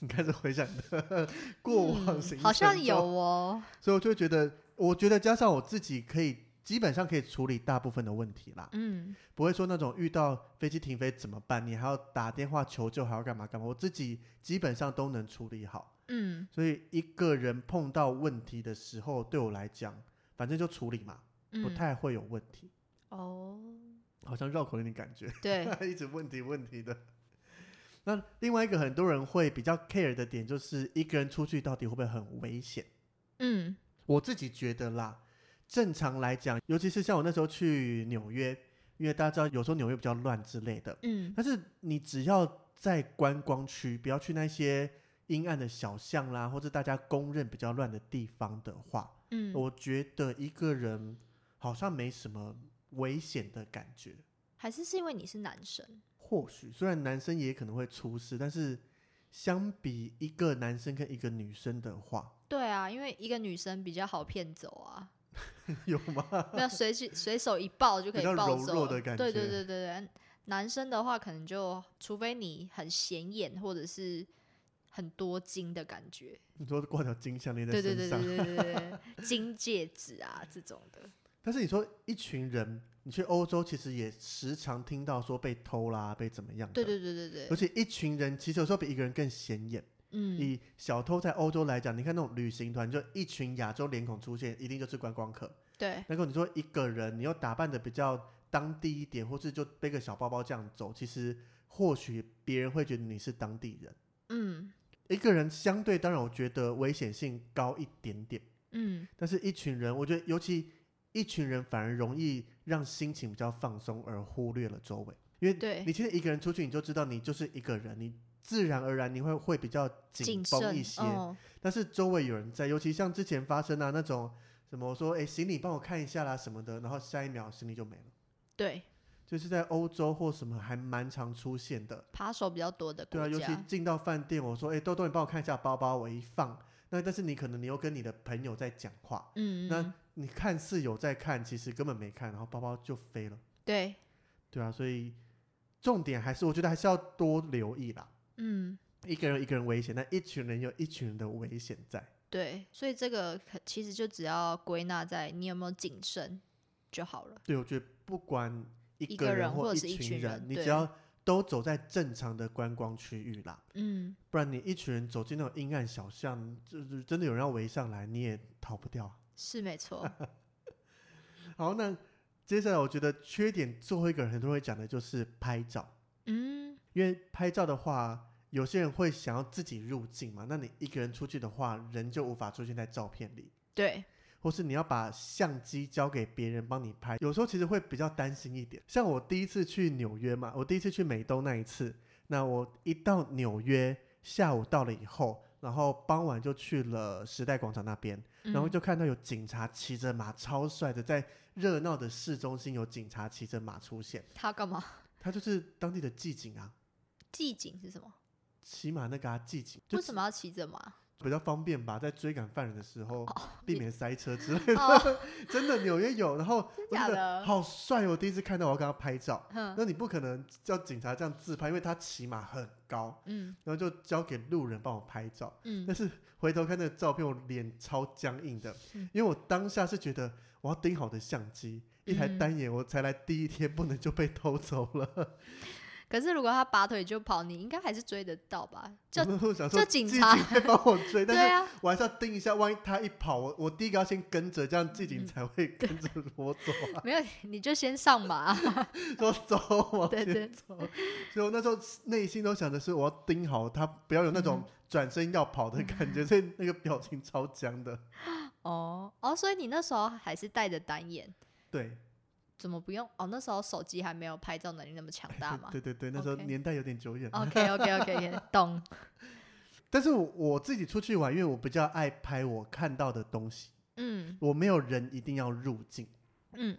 Speaker 2: 你开始回想你的 (laughs) 过往
Speaker 1: 嗯
Speaker 2: 行程、
Speaker 1: 好像有，哦，
Speaker 2: 所以我就会觉得，我觉得加上我自己可以基本上可以处理大部分的问题啦，
Speaker 1: 嗯，
Speaker 2: 不会说那种遇到飞机停飞怎么办，你还要打电话求救，还要干嘛干嘛，我自己基本上都能处理好。
Speaker 1: 嗯，
Speaker 2: 所以一个人碰到问题的时候，对我来讲，反正就处理嘛，
Speaker 1: 嗯
Speaker 2: 不太会有问题。
Speaker 1: 哦，
Speaker 2: 好像绕口令的感觉，
Speaker 1: 对，
Speaker 2: (laughs) 一直问题问题的。那另外一个很多人会比较 care 的点，就是一个人出去到底会不会很危险？
Speaker 1: 嗯
Speaker 2: 我自己觉得啦，正常来讲，尤其是像我那时候去纽约，因为大家知道有时候纽约比较乱之类的， (laughs)
Speaker 1: 嗯
Speaker 2: 但是你只要在观光区，不要去那些阴暗的小巷啦，或者大家公认比较乱的地方的话，
Speaker 1: 嗯，
Speaker 2: 我觉得一个人好像没什么危险的感觉。
Speaker 1: 还是是因为你是男生，
Speaker 2: 或许虽然男生也可能会出事，但是相比一个男生跟一个女生的话， (laughs)
Speaker 1: 对啊，因为一个女生比较好骗走啊，
Speaker 2: 有吗？
Speaker 1: 没有随手随手一抱就可
Speaker 2: 比较
Speaker 1: 以抱
Speaker 2: 柔
Speaker 1: 走
Speaker 2: 弱
Speaker 1: 了，
Speaker 2: 的感
Speaker 1: 对对
Speaker 2: 觉
Speaker 1: 对对对，男生的话可能就除非你很显眼或者是很多金的感觉，
Speaker 2: 你说挂条金项链在
Speaker 1: 对
Speaker 2: 身
Speaker 1: 对
Speaker 2: 上，
Speaker 1: 对对对
Speaker 2: (laughs)
Speaker 1: 对对对，金戒指啊这种的，
Speaker 2: 但是你说一群人，你去欧洲其实也时常听到说被偷啦，被怎么样的？
Speaker 1: 对对对对
Speaker 2: 而
Speaker 1: 对，
Speaker 2: 且一群人其实有时候比一个人更显眼。
Speaker 1: 嗯，
Speaker 2: 以小偷在欧洲来讲，你看那种旅行团，就一群亚洲脸孔出现，一定就是观光客。
Speaker 1: 对，
Speaker 2: 那如果你说一个人，你又打扮的比较当地一点，或是就背个小包包这样走，其实或许别人会觉得你是当地人。
Speaker 1: 嗯
Speaker 2: 一个人相对当然，我觉得危险性高一点点，
Speaker 1: 嗯
Speaker 2: 但是一群人，我觉得尤其一群人反而容易让心情比较放松，而忽略了周围。因为
Speaker 1: 对
Speaker 2: 你现在一个人出去，你就知道你就是一个人，你自然而然你会会比较紧
Speaker 1: 谨
Speaker 2: 绷
Speaker 1: 慎
Speaker 2: 一些。
Speaker 1: 哦，
Speaker 2: 但是周围有人在，尤其像之前发生啊那种什么说，哎，行李帮我看一下啦什么的，然后下一秒行李就没了，
Speaker 1: 对，
Speaker 2: 就是在欧洲或什么还蛮常出现的。
Speaker 1: 扒手比较多的
Speaker 2: 对啊，
Speaker 1: 国
Speaker 2: 尤其
Speaker 1: 家，
Speaker 2: 进到饭店，我说，哎，豆豆，你帮我看一下包包，我一放，那但是你可能你又跟你的朋友在讲话，
Speaker 1: 嗯，
Speaker 2: 那
Speaker 1: 嗯
Speaker 2: 你看似有在看，其实根本没看，然后包包就飞了。
Speaker 1: 对，
Speaker 2: 对啊，所以重点还是我觉得还是要多留意啦。
Speaker 1: 嗯。
Speaker 2: 一个人有一个人危险，但一群人有一群人的危险在。
Speaker 1: 对，所以这个可其实就只要归纳在你有没有谨慎就好了。
Speaker 2: 对，我觉得不管一
Speaker 1: 一
Speaker 2: 个
Speaker 1: 个
Speaker 2: 人
Speaker 1: 人或
Speaker 2: 或
Speaker 1: 者
Speaker 2: 一
Speaker 1: 是一
Speaker 2: 群
Speaker 1: 群
Speaker 2: 人，
Speaker 1: 人
Speaker 2: 你只
Speaker 1: 对
Speaker 2: 要都走在正常的观光区域啦，
Speaker 1: 嗯，
Speaker 2: 不然你一群人走进那种阴暗小巷，就是真的有人要围上来，你也逃不掉啊。
Speaker 1: 是没错。
Speaker 2: 好，那接下来我觉得缺点最后一个很多人会讲的就是拍照，
Speaker 1: 嗯，
Speaker 2: 因为拍照的话。有些人会想要自己入境嘛？那你一个人出去的话，人就无法出现在照片里，
Speaker 1: 对，
Speaker 2: 或是你要把相机交给别人帮你拍，有时候其实会比较担心一点。像我第一次去纽约嘛，我第一次去美东那一次，那我一到纽约，下午到了以后，然后傍晚就去了时代广场那边，然后
Speaker 1: 嗯
Speaker 2: 就看到有警察骑着马，超帅的，在热闹的市中心有警察骑着马出现，
Speaker 1: 他干嘛？
Speaker 2: 他就是当地的骑警啊，
Speaker 1: 记警是什么？
Speaker 2: 骑马那个啊，骑警，就
Speaker 1: 为什么要骑着
Speaker 2: (laughs)
Speaker 1: 马？
Speaker 2: 比较方便吧，在追赶犯人的时候，避
Speaker 1: 哦你
Speaker 2: 免塞车之类的。
Speaker 1: 哦
Speaker 2: 真的纽约有，然后
Speaker 1: 真
Speaker 2: 我觉
Speaker 1: 假
Speaker 2: 得
Speaker 1: 的
Speaker 2: 好帅哦！我第一次看到，我要跟他拍照。
Speaker 1: 哼，
Speaker 2: 那你不可能叫警察这样自拍，因为他骑马很高，
Speaker 1: 嗯
Speaker 2: 然后就交给路人帮我拍照。但
Speaker 1: 嗯
Speaker 2: 是回头看那个照片，我脸超僵硬的
Speaker 1: 嗯，
Speaker 2: 因为我当下是觉得我要盯好我的相机，一台
Speaker 1: 嗯
Speaker 2: 单眼我才来第一天，不能就被偷走了。
Speaker 1: 可是如果他拔腿就跑，你应该还是追得到吧？就
Speaker 2: 我就想说，
Speaker 1: 叫警察
Speaker 2: 会帮我追，但
Speaker 1: 对
Speaker 2: 是
Speaker 1: 啊，
Speaker 2: 我还是要盯一下，万一他一跑，我我第一个要先跟着，这样季警
Speaker 1: 嗯
Speaker 2: 才会跟
Speaker 1: (laughs)
Speaker 2: 着我走啊， (laughs)
Speaker 1: 没有你就先上马。啊
Speaker 2: 说走啊往
Speaker 1: 对对
Speaker 2: 前走。所以我那时候内心都想的是，我要盯好他，不要有那种转身要跑的感觉，所以那个表情超僵的。
Speaker 1: 哦哦，所以你那时候还是戴着单眼，
Speaker 2: 对，
Speaker 1: 怎么不用？哦，那时候手机还没有拍照能力那么强大嘛。
Speaker 2: (laughs) 对对对，那时候
Speaker 1: OK 哦
Speaker 2: 年代有点久远。
Speaker 1: OK OK OK，懂。
Speaker 2: 但是我我自己出去玩，因为我比较爱拍我看到的东西，
Speaker 1: 嗯
Speaker 2: 我没有人一定要入境。
Speaker 1: 嗯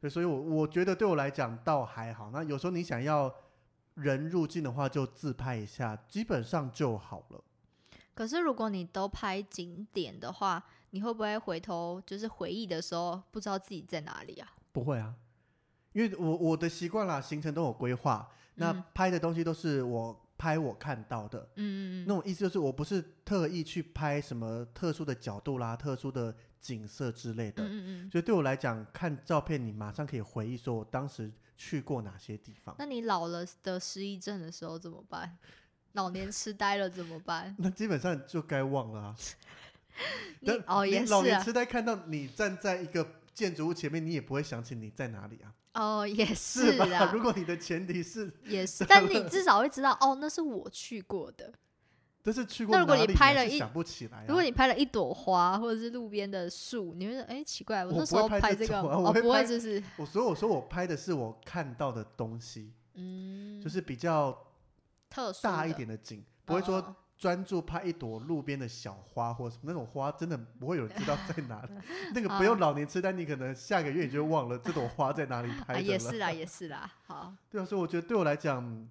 Speaker 2: 对，所以我我觉得对我来讲倒还好。那有时候你想要人入境的话，就自拍一下，基本上就好了。
Speaker 1: 可是如果你都拍景点的话，你会不会回头就是回忆的时候不知道自己在哪里啊？
Speaker 2: 不会啊，因为我我的习惯啦，行程都有规划，那
Speaker 1: 嗯
Speaker 2: 拍的东西都是我。拍我看到的。
Speaker 1: 嗯嗯
Speaker 2: 那种意思就是，我不是特意去拍什么特殊的角度啦、特殊的景色之类的。
Speaker 1: 嗯嗯嗯。
Speaker 2: 所以对我来讲，看照片你马上可以回忆说我当时去过哪些地方。？
Speaker 1: 那你老了得失忆症的时候怎么办？老年痴呆了怎么办
Speaker 2: 那基本上就该忘了
Speaker 1: (laughs)
Speaker 2: 啊。
Speaker 1: 你
Speaker 2: 但
Speaker 1: 哦
Speaker 2: 你
Speaker 1: 也是
Speaker 2: 老年
Speaker 1: 啊，
Speaker 2: 痴呆看到你站在一个建筑物前面，你也不会想起你在哪里啊，
Speaker 1: 哦也
Speaker 2: (laughs) 是吧？
Speaker 1: 啊
Speaker 2: 如，果你的前提是
Speaker 1: 也是。
Speaker 2: 得
Speaker 1: 但你
Speaker 2: 了
Speaker 1: 至少会知道，哦，那是我去过的。
Speaker 2: 都是去过
Speaker 1: 那
Speaker 2: 哪
Speaker 1: 如
Speaker 2: 里，
Speaker 1: 果你拍
Speaker 2: 还
Speaker 1: 了
Speaker 2: 是
Speaker 1: 一
Speaker 2: 想不起来啊、
Speaker 1: 如果你拍了一朵花，或者是路边的树，你会说，哎、奇怪，
Speaker 2: 我
Speaker 1: 那
Speaker 2: 不
Speaker 1: 时
Speaker 2: 会
Speaker 1: 候
Speaker 2: 拍这
Speaker 1: 这个，
Speaker 2: 种啊
Speaker 1: 哦，
Speaker 2: 我会
Speaker 1: 不
Speaker 2: 拍
Speaker 1: 会，就是，
Speaker 2: 我所以我说我拍的是我看到的东西，
Speaker 1: 嗯，
Speaker 2: 就是比较
Speaker 1: 特殊
Speaker 2: 大一
Speaker 1: 的，
Speaker 2: 点的景，不会
Speaker 1: 哦
Speaker 2: 说专注拍一朵路边的小花或什么那种花，真的不会有人知道在哪
Speaker 1: (laughs)
Speaker 2: 里。那
Speaker 1: 嗯
Speaker 2: 个不用老年痴呆，你可能下个月你就忘了这朵花在哪里
Speaker 1: (laughs) 啊，
Speaker 2: 拍的
Speaker 1: 也
Speaker 2: 了。
Speaker 1: 是
Speaker 2: (laughs)
Speaker 1: 啦，也是啦，好，
Speaker 2: 对啊，所以我觉得对我来讲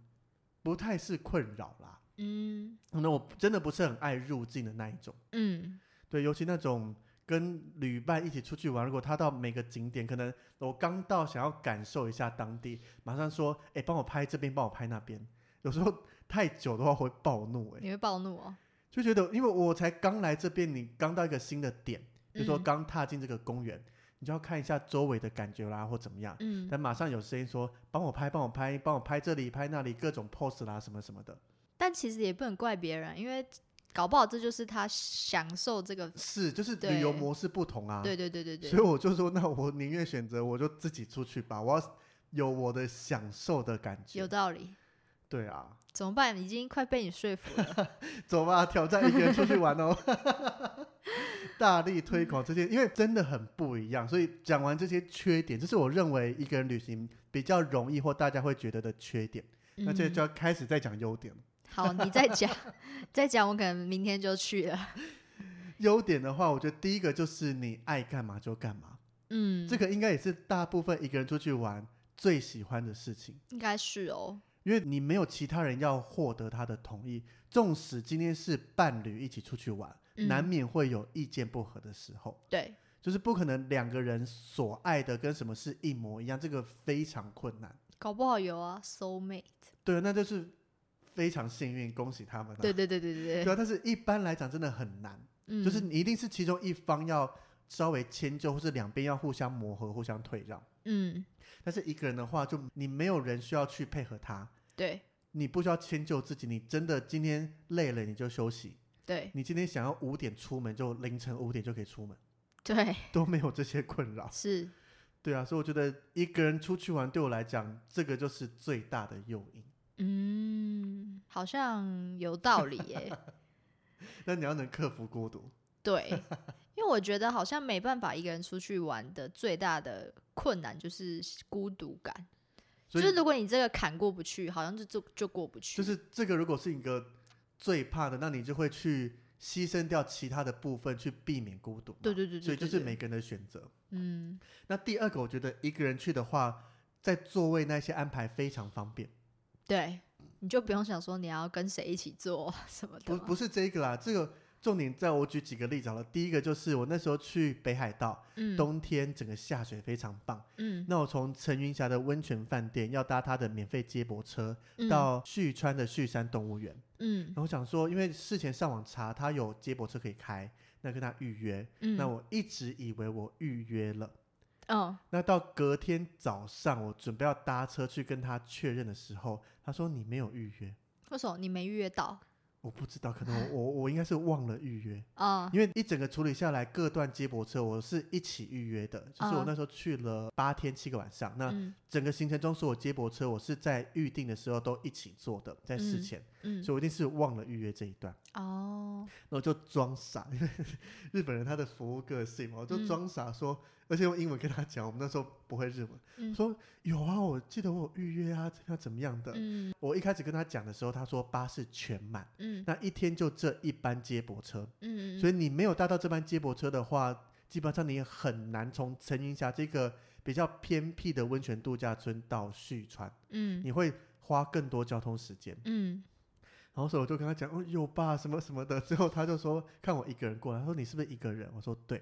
Speaker 2: 不太是困扰啦。
Speaker 1: 嗯
Speaker 2: 那我真的不是很爱入境的那一种，
Speaker 1: 嗯
Speaker 2: 对，尤其那种跟旅伴一起出去玩，如果他到每个景点，可能我刚到想要感受一下当地，马上说，哎、帮我拍这边，帮我拍那边，有时候太久的话会暴怒、哎，
Speaker 1: 你会暴怒哦，
Speaker 2: 就觉得因为我才刚来这边，你刚到一个新的点，比如说
Speaker 1: 嗯
Speaker 2: 刚踏进这个公园，你就要看一下周围的感觉啦，或怎么样，
Speaker 1: 嗯，
Speaker 2: 但马上有声音说，帮我拍，帮我拍，帮我拍这里，拍那里，各种 pose 啦，什么什么的。
Speaker 1: 但其实也不能怪别人，因为搞不好这就是他享受这个，
Speaker 2: 是，就是旅
Speaker 1: 对
Speaker 2: 游模式不同啊。
Speaker 1: 对对对对
Speaker 2: 所以
Speaker 1: 对，
Speaker 2: 我就说，那我宁愿选择我就自己出去吧，我要有我的享受的感觉。
Speaker 1: 有道理。
Speaker 2: 对啊，
Speaker 1: 怎么办？已经快被你说服了。
Speaker 2: 走吧，挑战一个人出去玩哦。 (laughs) 大力推广这些，因为真的很不一样。所以讲完这些缺点，这是我认为一个人旅行比较容易或大家会觉得的缺点。那这
Speaker 1: 嗯
Speaker 2: 就要开始再讲优点了。
Speaker 1: 好，你再讲， (laughs) 再讲，我可能明天就去了。
Speaker 2: 优点的话，我觉得第一个就是你爱干嘛就干嘛，
Speaker 1: 嗯，
Speaker 2: 这个应该也是大部分一个人出去玩最喜欢的事情。
Speaker 1: 应该是哦。
Speaker 2: 因为你没有其他人要获得他的同意，纵使今天是伴侣一起出去玩，
Speaker 1: 嗯
Speaker 2: 难免会有意见不合的时候，
Speaker 1: 对，
Speaker 2: 就是不可能两个人所爱的跟什么事一模一样，这个非常困难。
Speaker 1: 搞不好有啊，soul mate。
Speaker 2: 对，啊那就是非常幸运，恭喜他们、啊。
Speaker 1: 对对对对对
Speaker 2: 对啊，但是一般来讲真的很难，
Speaker 1: 嗯，
Speaker 2: 就是你一定是其中一方要稍微迁就，或是两边要互相磨合、互相退让。
Speaker 1: 嗯，
Speaker 2: 但是一个人的话，就你没有人需要去配合他，
Speaker 1: 对
Speaker 2: 你不需要迁就自己，你真的今天累了你就休息，
Speaker 1: 对
Speaker 2: 你今天想要五点出门就凌晨五点就可以出门， (laughs)
Speaker 1: 对，
Speaker 2: 都没有这些困扰。
Speaker 1: 是
Speaker 2: 对啊，所以我觉得一个人出去玩对我来讲，这个就是最大的诱因。
Speaker 1: 嗯，好像有道理
Speaker 2: (laughs)
Speaker 1: 耶。
Speaker 2: 那你要能克服孤独，
Speaker 1: 对，因为我觉得好像没办法一个人出去玩的最大的困难就是孤独感。就
Speaker 2: 所
Speaker 1: 是
Speaker 2: 以
Speaker 1: 如果你这个坎过不去，好像就就就过不去。
Speaker 2: 就是这个如果是一个最怕的，那你就会去牺牲掉其他的部分去避免孤独嘛。
Speaker 1: 对对对对，
Speaker 2: 所以就
Speaker 1: 对
Speaker 2: 是
Speaker 1: 对
Speaker 2: 每个人的选择。
Speaker 1: 嗯
Speaker 2: 那第二个，我觉得一个人去的话，在座位那些安排非常方便。
Speaker 1: 对，你就不用想说你要跟谁一起做什么的
Speaker 2: 不
Speaker 1: 嘛。
Speaker 2: 不是这个啦，这个重点在我举几个例子好了。第一个就是我那时候去北海道，
Speaker 1: 嗯
Speaker 2: 冬天整个下雪非常棒。
Speaker 1: 嗯
Speaker 2: 那我从陈云霞的温泉饭店要搭他的免费接驳车
Speaker 1: 嗯
Speaker 2: 到旭川的旭山动物园，
Speaker 1: 嗯
Speaker 2: 然后我想说，因为事前上网查他有接驳车可以开，那跟他预约。
Speaker 1: 嗯，
Speaker 2: 那我一直以为我预约了。
Speaker 1: 嗯
Speaker 2: 那到隔天早上，我准备要搭车去跟他确认的时候，他说你没有预约，
Speaker 1: 为什么你没预约到
Speaker 2: 我不知道，可能我我我应该是忘了预约。
Speaker 1: 啊？
Speaker 2: 因为一整个处理下来，各段接驳车我是一起预约的，就是我
Speaker 1: 嗯
Speaker 2: 那时候去了八天七个晚上，那
Speaker 1: 嗯
Speaker 2: 整个行程中所有接驳车我是在预定的时候都一起坐的，在事前，
Speaker 1: 嗯
Speaker 2: 所以我一定是忘了预约这一段，
Speaker 1: 哦，
Speaker 2: 那我就装傻，因为日本人他的服务个性嘛，我就
Speaker 1: 嗯
Speaker 2: 装傻说，而且用英文跟他讲，我们那时候不会日文，
Speaker 1: 嗯
Speaker 2: 说有啊，我记得我有预约啊，怎样怎么样的，
Speaker 1: 嗯
Speaker 2: 我一开始跟他讲的时候，他说巴士全满，
Speaker 1: 嗯
Speaker 2: 那一天就这一班接驳车，
Speaker 1: 嗯，
Speaker 2: 所
Speaker 1: 以
Speaker 2: 以你没有搭到这班接驳车的话，基本上你也很难从陈云霞这个比较偏僻的温泉度假村到旭川，
Speaker 1: 嗯
Speaker 2: 你会花更多交通时间。
Speaker 1: 嗯
Speaker 2: 然后所以我就跟他讲，哦，有吧，什么什么的。最后他就说，看我一个人过来，他说你是不是一个人？我说对。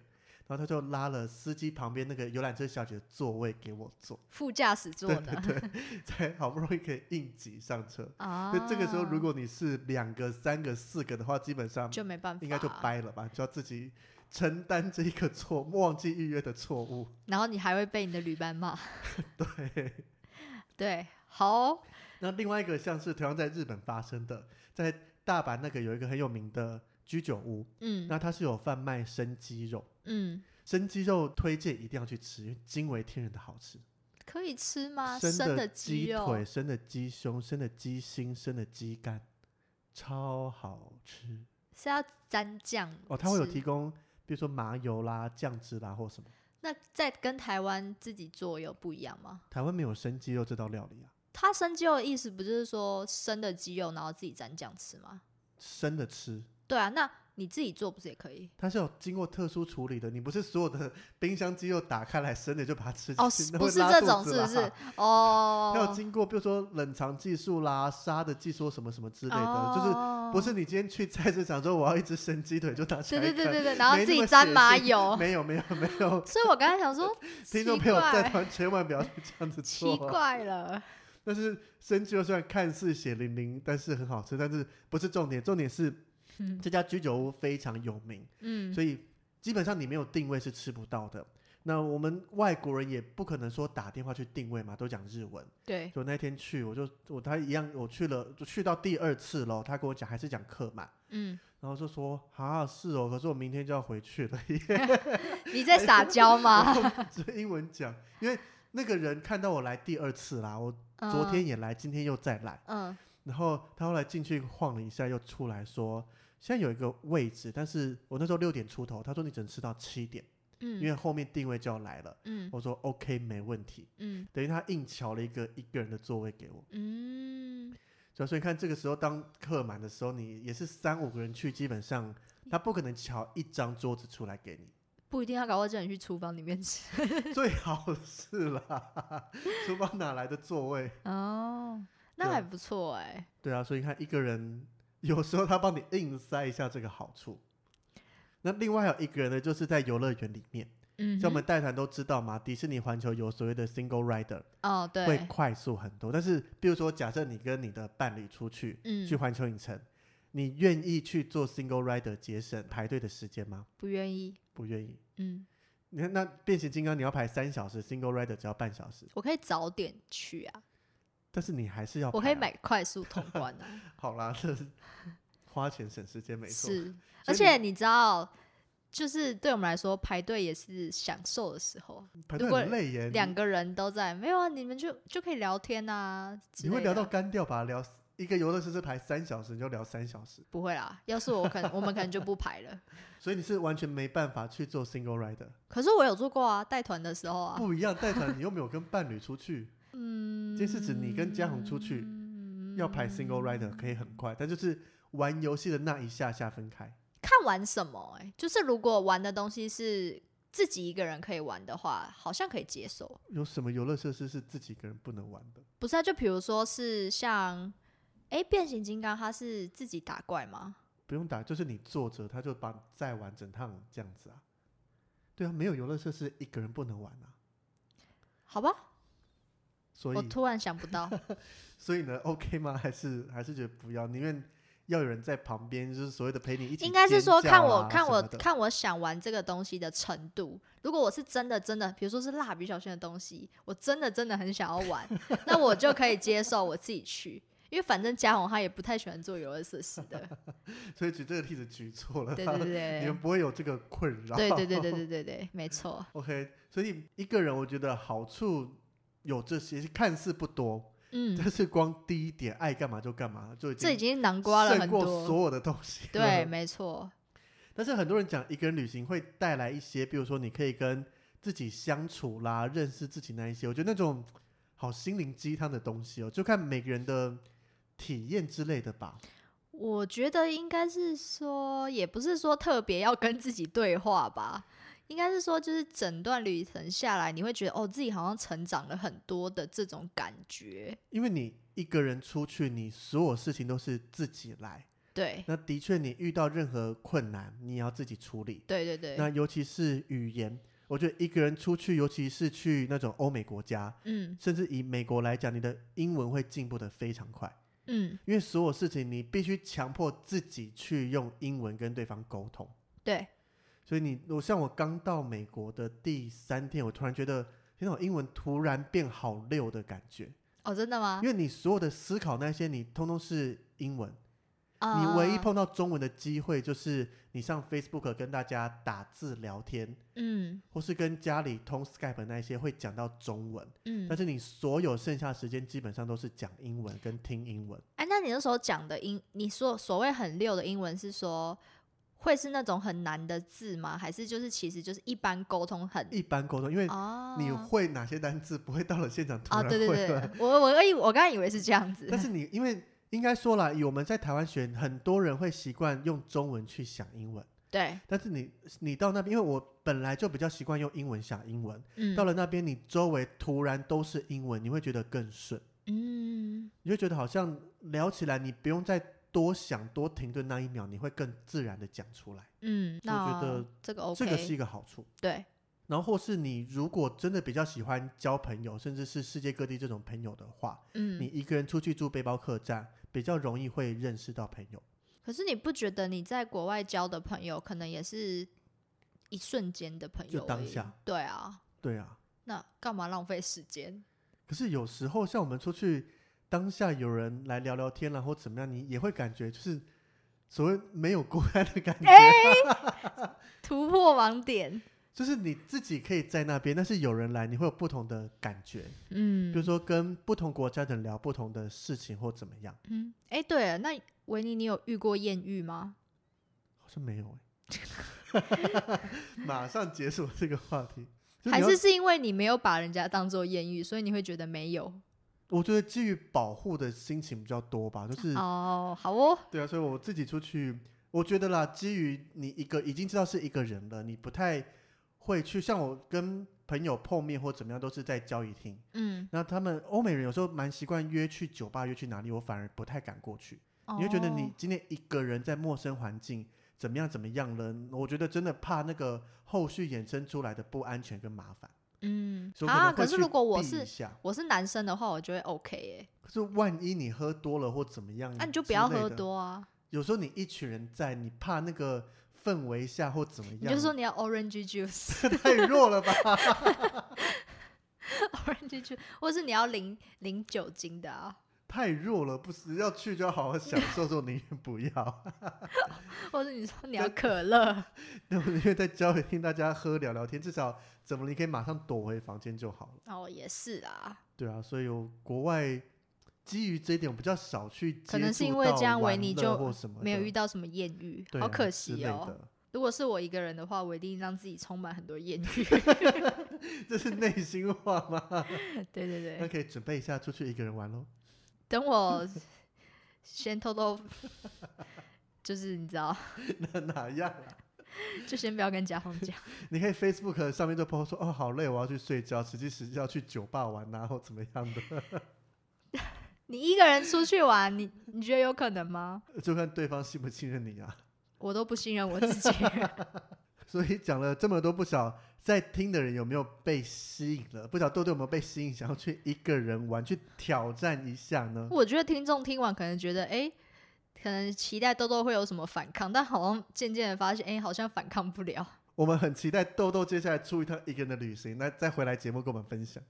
Speaker 2: 然后他就拉了司机旁边那个游览车小姐的座位给我坐，
Speaker 1: 副驾驶座的 (laughs)
Speaker 2: (laughs) 才好不容易可以应急上车。
Speaker 1: 啊。
Speaker 2: 那这个时候，如果你是两个、三个、四个的话，基本上
Speaker 1: 就没办法，啊
Speaker 2: 应该就。掰了吧，就要自己承担这一个错忘记预约的错误。
Speaker 1: 然后你还会被你的旅伴骂。
Speaker 2: (laughs) 对，
Speaker 1: (laughs) 对，好哦、
Speaker 2: (laughs) 那另外一个像是同样在日本发生的，在大阪那个有一个很有名的居酒屋，
Speaker 1: 嗯
Speaker 2: 那它是有贩卖生鸡肉，
Speaker 1: 嗯，
Speaker 2: 生鸡肉推荐一定要去吃，因为惊为天人的好吃。
Speaker 1: 可以吃吗？
Speaker 2: 生
Speaker 1: 生
Speaker 2: 的
Speaker 1: 鸡
Speaker 2: 鸡
Speaker 1: 肉
Speaker 2: 腿、生的鸡胸、生的鸡心、生的鸡肝，超好吃
Speaker 1: 是要沾酱
Speaker 2: 哦！它会有
Speaker 1: 吃
Speaker 2: 提供，比如说麻油啦、酱汁啦或什么。
Speaker 1: 那在跟台湾自己做有不一样吗？
Speaker 2: 台湾没有生鸡肉这道料理啊，
Speaker 1: 它生鸡肉的意思不就是说生的鸡肉，然后自己蘸酱吃吗？
Speaker 2: 生的吃，
Speaker 1: 对啊，那你自己做不是也可以？
Speaker 2: 它是有经过特殊处理的。你不是所有的冰箱鸡肉打开来生的就把它吃进
Speaker 1: 哦，
Speaker 2: 去，
Speaker 1: 是
Speaker 2: 那 (laughs)
Speaker 1: 不
Speaker 2: 会
Speaker 1: 是
Speaker 2: 拉
Speaker 1: 这
Speaker 2: 肚
Speaker 1: 种
Speaker 2: 子
Speaker 1: 是不
Speaker 2: 啦 (laughs)
Speaker 1: 是？
Speaker 2: 要
Speaker 1: 哦，
Speaker 2: 经过，比如说冷藏技术啦、杀的技术什么什么之类的，
Speaker 1: 哦
Speaker 2: 就是不是你今天去菜市场说我要一只生鸡腿就拿起
Speaker 1: 对
Speaker 2: 来
Speaker 1: 对
Speaker 2: 看，
Speaker 1: 对
Speaker 2: (laughs)
Speaker 1: 对对，然后
Speaker 2: 没
Speaker 1: 自
Speaker 2: 那
Speaker 1: 己
Speaker 2: 么
Speaker 1: 沾
Speaker 2: 血
Speaker 1: 麻
Speaker 2: 腥 (laughs)
Speaker 1: 油。
Speaker 2: 没有没有没有，
Speaker 1: 所以我刚才想说，
Speaker 2: (laughs) 听
Speaker 1: (laughs) 奇
Speaker 2: 众朋友在
Speaker 1: 怪，
Speaker 2: 团千万不要去这样子做、
Speaker 1: 奇
Speaker 2: 啊。
Speaker 1: 怪了，
Speaker 2: 但是生鸡肉虽然看似血淋淋，但是很好吃，但是不是重点，重点是
Speaker 1: 嗯
Speaker 2: 这家居酒屋非常有名，
Speaker 1: 嗯，
Speaker 2: 所以基本上你没有定位是吃不到的。那我们外国人也不可能说打电话去定位嘛，都讲日文。
Speaker 1: 对，
Speaker 2: 就那天去，我就我他一样，我去了，就去到第二次喽。他跟我讲还是讲客满， (laughs)
Speaker 1: 嗯，
Speaker 2: 然后就说啊是哦，可是我明天就要回
Speaker 1: (laughs)
Speaker 2: 去了， (laughs) 因
Speaker 1: 你在撒娇吗？
Speaker 2: 为英文讲，因为那个人看到我来第二次啦，我
Speaker 1: 嗯
Speaker 2: 昨天也来，今天又再来，
Speaker 1: 嗯，嗯，
Speaker 2: 然后他后来进去晃了一下，又出来说。现在有一个位置，但是我那时候六点出头，他说你只能吃到七点，因为
Speaker 1: 嗯，
Speaker 2: 后面定位就要来了。
Speaker 1: 嗯，
Speaker 2: 我说 OK 没问题，
Speaker 1: 嗯，
Speaker 2: 等于他硬瞧了一个一个人的座位给我。
Speaker 1: 嗯，
Speaker 2: 对啊所以你看，这个时候当客满的时候，你也是三五个人去，基本上
Speaker 1: 嗯
Speaker 2: 他不可能瞧一张桌子出来给你，
Speaker 1: 不一定要搞到叫你去厨房里面吃
Speaker 2: 最好是啦，厨房哪来的座位？
Speaker 1: (laughs) 哦，那
Speaker 2: 对啊
Speaker 1: 还不错哎。
Speaker 2: 对啊，所以你看一个人，有时候他帮你硬塞一下这个好处。那另外还有一个人呢，就是在游乐园里面，
Speaker 1: 嗯
Speaker 2: 像我
Speaker 1: 哼，
Speaker 2: 们带团都知道嘛，迪士尼环球有所谓的 single rider，
Speaker 1: 哦，
Speaker 2: 会
Speaker 1: 对，
Speaker 2: 快速很多。但是，比如说，假设你跟你的伴侣出去，去
Speaker 1: 嗯，
Speaker 2: 环球影城，你愿意去做 single rider 节省排队的时间吗？
Speaker 1: 不愿意，
Speaker 2: 不愿意。
Speaker 1: 嗯，
Speaker 2: 你看那变形金刚你要排三小时，single rider 只要半小时，
Speaker 1: 我可以早点去啊，
Speaker 2: 但是你还是要、啊
Speaker 1: 我可以。买快速
Speaker 2: (laughs)
Speaker 1: 通关啊，
Speaker 2: 好啦，这是花钱省时间没错。
Speaker 1: 是，
Speaker 2: 所
Speaker 1: 而
Speaker 2: 以
Speaker 1: 且你知道。就是对我们来说，排队也是享受的时候。
Speaker 2: 排
Speaker 1: 如
Speaker 2: 队
Speaker 1: 果
Speaker 2: 很累耶，
Speaker 1: 两
Speaker 2: 你
Speaker 1: 个人都在，没有啊，你们就就可以聊天啊。之
Speaker 2: 你会
Speaker 1: 类
Speaker 2: 聊
Speaker 1: 的
Speaker 2: 到干掉吧？聊一个游乐设施排三小时，你就聊三小时，
Speaker 1: 不会啦，要是我可能我们可能就不排了。 (laughs)
Speaker 2: 所以你是完全没办法去做 single rider，、
Speaker 1: 可是我有做过啊，带团的时候啊，
Speaker 2: 不一样。带团你又没有跟伴侣出去，
Speaker 1: 嗯，
Speaker 2: 这是指你跟嘉宏出去要排 single rider 可以很快，但就是玩游戏的那一下下分开。
Speaker 1: 看玩什么、欸？哎，就是如果玩的东西是自己一个人可以玩的话，好像可以接受。
Speaker 2: 有什么游乐设施是自己一个人不能玩的？
Speaker 1: 不是啊，就比如说是像，哎、变形金刚它是自己打怪吗？
Speaker 2: 不用打，就是你坐着，他就把你载完整趟这样子啊。对啊，没有游乐设施一个人不能玩啊。
Speaker 1: 好吧，
Speaker 2: 所
Speaker 1: 我
Speaker 2: 以，
Speaker 1: 突然想
Speaker 2: (laughs)
Speaker 1: 不到。
Speaker 2: 所以呢，OK 吗？还是还是觉得不要，宁愿要有人在旁边，就是所谓的陪你一起、
Speaker 1: 应该是说看我看我
Speaker 2: 啊的。
Speaker 1: 看我想玩这个东西的程度。如果我是真的真的，比如说是蜡笔小新的东西，我真的真的很想要
Speaker 2: (laughs)
Speaker 1: 玩，那我就可以接受我自己去，因为反正嘉宏他也不太喜欢做游乐设施的。
Speaker 2: 所以举这个例子举错了，
Speaker 1: 对对
Speaker 2: (laughs) 你
Speaker 1: 对
Speaker 2: 们不会有这个困扰。
Speaker 1: 对对对对对对对对，没错。
Speaker 2: OK，所以一个人我觉得好处有这些，看似不多，
Speaker 1: 嗯，
Speaker 2: 但是光第一点爱干嘛就干嘛，就已
Speaker 1: (laughs) 这已
Speaker 2: 经
Speaker 1: 经南瓜了
Speaker 2: 胜
Speaker 1: 很
Speaker 2: 过
Speaker 1: 多。
Speaker 2: 所有的东西了。
Speaker 1: 对，没错。
Speaker 2: (laughs) 但是很多人讲一个人旅行会带来一些，比如说你可以跟自己相处啦，认识自己那一些，我觉得那种好心灵鸡汤的东西哦，就看每个人的体验之类的吧。
Speaker 1: 我觉得应该是说，也不是说特别要跟自己对话吧，应该是说，就是整段旅程下来，你会觉得哦，自己好像成长了很多的这种感觉。
Speaker 2: 因为你一个人出去，你所有事情都是自己来，
Speaker 1: 对
Speaker 2: 那的确，你遇到任何困难，你也要自己处理。
Speaker 1: 对对对，
Speaker 2: 那尤其是语言，我觉得一个人出去，尤其是去那种欧美国家，
Speaker 1: 嗯
Speaker 2: 甚至以美国来讲，你的英文会进步的非常快，
Speaker 1: 嗯，
Speaker 2: 因为所有事情你必须强迫自己去用英文跟对方沟通。
Speaker 1: 对，
Speaker 2: 所以你，我像我刚到美国的第三天，我突然觉得，天哪，我英文突然变好溜的感觉，
Speaker 1: 哦，真的吗
Speaker 2: 因？为你所有的思考那些，你通通是英文。
Speaker 1: 啊
Speaker 2: 你唯一碰到中文的机会，就是你上 Facebook 跟大家打字聊天，
Speaker 1: 嗯
Speaker 2: 或是跟家里通 Skype 那一些会讲到中文，
Speaker 1: 嗯
Speaker 2: 但，是你所有剩下时间基本上都是讲英文跟听英文。
Speaker 1: 哎，那你那时候讲的英，你说所谓很溜的英文是说会是那种很难的字吗？还是就是其实就是一般沟通很
Speaker 2: 一般沟通，因为
Speaker 1: 哦
Speaker 2: 你会哪些单字，不会到了现场突
Speaker 1: 哦，
Speaker 2: 然
Speaker 1: 对
Speaker 2: 会
Speaker 1: 对
Speaker 2: 了。
Speaker 1: 对，我我以我刚才以为是这样子
Speaker 2: 但，是你因为应该说啦，以我们在台湾学，很多人会习惯用中文去想英文，
Speaker 1: 对，
Speaker 2: 但是你你到那边，因为我本来就比较习惯用英文想英文，
Speaker 1: 嗯
Speaker 2: 到了那边你周围突然都是英文，你会觉得更顺。
Speaker 1: 嗯
Speaker 2: 你就觉得好像聊起来，你不用再多想、多停顿那一秒，你会更自然的讲出来。
Speaker 1: 嗯，那
Speaker 2: 觉得
Speaker 1: 这个 OK，
Speaker 2: 这个是一个好处。
Speaker 1: 对，
Speaker 2: 然后，或是你如果真的比较喜欢交朋友，甚至是世界各地这种朋友的话，你
Speaker 1: 嗯，
Speaker 2: 一个人出去住背包客栈，比较容易会认识到朋友。
Speaker 1: 可是你不觉得你在国外交的朋友，可能也是一瞬间的朋
Speaker 2: 就
Speaker 1: 友而已，
Speaker 2: 当下
Speaker 1: 对啊，
Speaker 2: 对啊，
Speaker 1: 那干嘛浪费时间？ (laughs)
Speaker 2: 可是有时候像我们出去，当下有人来聊聊天啦，然后怎么样，你也会感觉就是所谓没有孤单的感觉，
Speaker 1: 突破盲点，
Speaker 2: 就是你自己可以在那边，但是有人来，你会有不同的感觉。
Speaker 1: 嗯，
Speaker 2: 比如，说跟不同国家的人聊不同的事情或怎么样，
Speaker 1: 嗯，哎，对了，那维尼，你有遇过艳遇吗？
Speaker 2: 好像没有欸 (laughs) 马上结束这个话题，就你
Speaker 1: 还
Speaker 2: 要
Speaker 1: 是是因为你没有把人家当做艳遇，所以你会觉得没有？
Speaker 2: 我觉得基于保护的心情比较多吧，就是、
Speaker 1: 哦，好哦，
Speaker 2: 对啊，所以我自己出去，我觉得啦，基于你一个已经知道是一个人了，你不太会去像我跟朋友碰面或怎么样，都是在交易厅。
Speaker 1: 嗯，
Speaker 2: 那他们欧美人有时候蛮习惯约去酒吧，约去哪里，我反而不太敢过去。你会觉得你
Speaker 1: 哦
Speaker 2: 今天一个人在陌生环境怎么样怎么样了？我觉得真的怕那个后续衍生出来的不安全跟麻烦，
Speaker 1: 嗯
Speaker 2: 所以
Speaker 1: 啊，
Speaker 2: 能
Speaker 1: 可
Speaker 2: 会
Speaker 1: 是
Speaker 2: 去
Speaker 1: 如果我
Speaker 2: 避一
Speaker 1: 是
Speaker 2: 下，
Speaker 1: 我是男生的话，我就会 OK 耶、
Speaker 2: 可是万一你喝多了或怎么样，
Speaker 1: 那、你就不要喝。多啊，
Speaker 2: 有时候你一群人在，你怕那个氛围下或怎么样，
Speaker 1: 你就说你要 orange (laughs) juice，orange
Speaker 2: 这太弱了吧？ (laughs)
Speaker 1: juice，或是你要零零酒精的啊，
Speaker 2: 太弱了，不是要去就要好好享受，说宁愿不要。 (laughs)
Speaker 1: 或是你说你要可乐，
Speaker 2: 那我宁愿在交友听大家喝聊聊天，至少怎么了你可以马上躲回房间就好了。
Speaker 1: 哦也是啊，
Speaker 2: 对啊，所以有国外基于这一点，我比较少去接触
Speaker 1: 可能是因为这样
Speaker 2: 到
Speaker 1: 维尼
Speaker 2: 玩乐
Speaker 1: 就
Speaker 2: 或什么
Speaker 1: 没有
Speaker 2: 的
Speaker 1: 遇到什么艳遇，
Speaker 2: 对
Speaker 1: 好
Speaker 2: 啊
Speaker 1: 可
Speaker 2: 之
Speaker 1: 惜
Speaker 2: 类
Speaker 1: 哦。
Speaker 2: 的
Speaker 1: 如果是我一个人的话，我一定让自己充满很多
Speaker 2: (laughs)
Speaker 1: 艳遇。
Speaker 2: 这是内心话吗？
Speaker 1: 对 (laughs) 对
Speaker 2: 那
Speaker 1: 对，
Speaker 2: 可以准备一下出去一个人玩喽。
Speaker 1: 等我先偷偷，就是你知道，
Speaker 2: 那哪样啊？
Speaker 1: 就先不要跟家宏讲。 (laughs)
Speaker 2: 你可以 Facebook 上面就 po 说哦，好累，我要去睡觉，实际实际要去酒吧玩啊，或怎么样的， (laughs)
Speaker 1: 你一个人出去玩，你你觉得有可能吗？
Speaker 2: 就看对方信不信任你啊。
Speaker 1: 我都不信任我自
Speaker 2: (laughs)
Speaker 1: 己。 (laughs)
Speaker 2: 所以讲了这么多，不晓在听的人有没有被吸引了？不晓豆豆有没有被吸引，想要去一个人玩，去挑战一下呢？
Speaker 1: 我觉得听众听完可能觉得，哎、可能期待豆豆会有什么反抗，但好像渐渐的发现，哎、好像反抗不了，
Speaker 2: 我们很期待豆豆接下来出一趟一个人的旅行，那再回来节目跟我们分享。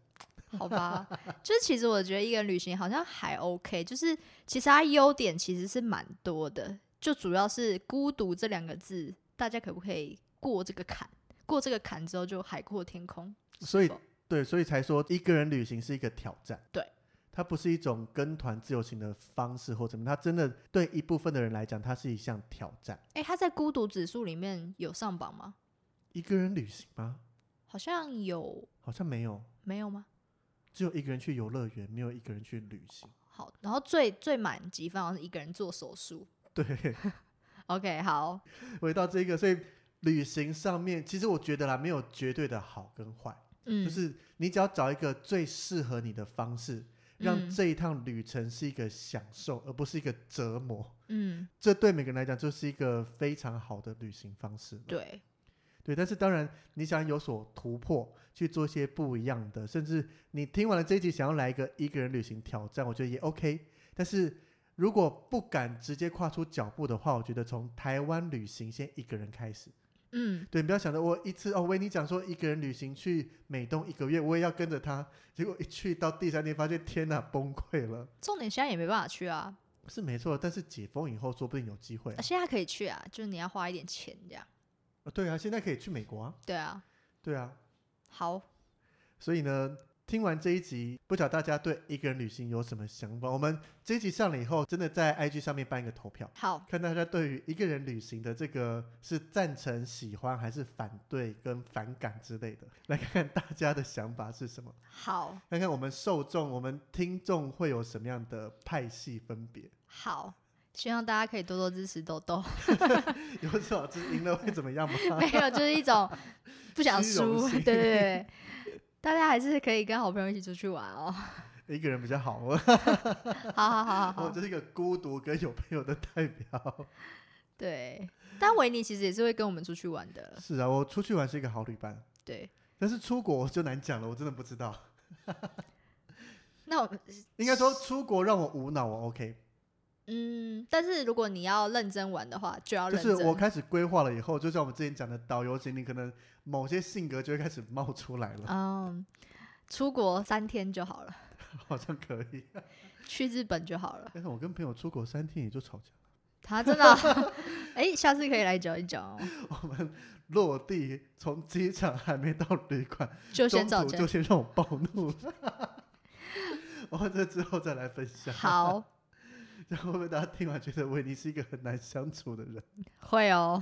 Speaker 1: 好
Speaker 2: (laughs)
Speaker 1: 吧？就是其实我觉得一个人旅行好像还 OK，就是其实它优点其实是蛮多的，就主要是孤独这两个字，大家可不可以过这个坎？过这个坎之后就海阔天空。
Speaker 2: 所以
Speaker 1: 是否，
Speaker 2: 对，所以才说一个人旅行是一个挑战。
Speaker 1: 对，
Speaker 2: 它不是一种跟团自由行的方式或怎么，它真的对一部分的人来讲，它是一项挑战。
Speaker 1: 哎、它在孤独指数里面有上榜吗？
Speaker 2: 一个人旅行吗？
Speaker 1: 好像有，
Speaker 2: 好像没有，
Speaker 1: 没有吗？
Speaker 2: 只有一个人去游乐园，没有一个人去旅行。
Speaker 1: 好，然后最最满级分好像是一个人做手术。
Speaker 2: 对，
Speaker 1: OK，好，
Speaker 2: 回到这个，所以旅行上面，其实我觉得啦，没有绝对的好跟坏。
Speaker 1: 嗯，
Speaker 2: 就是你只要找一个最适合你的方式，让
Speaker 1: 嗯
Speaker 2: 这一趟旅程是一个享受，而不是一个折磨。
Speaker 1: 嗯，
Speaker 2: 这对每个人来讲就是一个非常好的旅行方式了。
Speaker 1: 对，
Speaker 2: 对，但是当然，你想有所突破，去做一些不一样的，甚至你听完了这一集，想要来一个一个人旅行挑战，我觉得也 OK。但是如果不敢直接跨出脚步的话，我觉得从台湾旅行先一个人开始。
Speaker 1: 嗯，
Speaker 2: 对，你不要想着我一次哦，维尼讲说一个人旅行去美东一个月，我也要跟着他，结果一去到第三天，发现天哪，崩溃了。
Speaker 1: 重点现在也没办法去啊，
Speaker 2: 是没错，但是解封以后，说不定有机会、啊
Speaker 1: 啊。现在可以去啊，就是你要花一点钱这样。
Speaker 2: 哦对啊，现在可以去美国啊。
Speaker 1: 对啊，
Speaker 2: 对啊，
Speaker 1: 好，
Speaker 2: 所以呢，听完这一集，不晓得大家对一个人旅行有什么想法？我们这一集上了以后，真的在 IG 上面办一个投票，
Speaker 1: 好，
Speaker 2: 看大家对于一个人旅行的这个是赞成、喜欢，还是反对跟反感之类的，来看看大家的想法是什么，
Speaker 1: 好，
Speaker 2: 看看我们受众、我们听众会有什么样的派系分别， (laughs)
Speaker 1: 好，希望大家可以多多支持豆 (laughs) 豆。
Speaker 2: 有什么知赢了会怎么 (laughs) 样吗？
Speaker 1: 没有，就是
Speaker 2: (laughs)
Speaker 1: 一种不想
Speaker 2: 虚荣
Speaker 1: 输。
Speaker 2: 心
Speaker 1: 对对对，大家还是可以跟好朋友一起出去玩哦。 (laughs)
Speaker 2: 一个人比较好， (laughs) 我
Speaker 1: 好好好好
Speaker 2: 我
Speaker 1: 好，
Speaker 2: 就是一个孤独跟有朋友的代表。
Speaker 1: 对。但维尼其实也是会跟我们出去玩的，
Speaker 2: (laughs) 是啊，我出去玩是一个好旅伴。
Speaker 1: 对。
Speaker 2: 但是出国就难讲了，我真的不知道。
Speaker 1: 那我们
Speaker 2: 应该说出国让我无脑，我 OK。
Speaker 1: 嗯，但是如果你要认真玩的话，就要
Speaker 2: 就
Speaker 1: 认真。
Speaker 2: 是我开始规划了以后，就像我们之前讲的导游型，你可能某些性格就会开始冒出来了，
Speaker 1: 嗯，出国三天就好了，
Speaker 2: 好像可以。
Speaker 1: 去日本就好了。
Speaker 2: 但是我跟朋友出国三天也就吵架，
Speaker 1: 他真的啊，
Speaker 2: (laughs)
Speaker 1: 哎、下次可以来讲一讲哦，
Speaker 2: 我们落地从机场还没到旅馆，
Speaker 1: 就
Speaker 2: 中
Speaker 1: 先找
Speaker 2: 途
Speaker 1: 这
Speaker 2: 就先让我暴怒 (laughs) 了。我们这之后再来分享。，
Speaker 1: 好，
Speaker 2: (laughs) 然后会不会大家听完觉得维尼是一个很难相处的人？ (laughs)
Speaker 1: 会哦，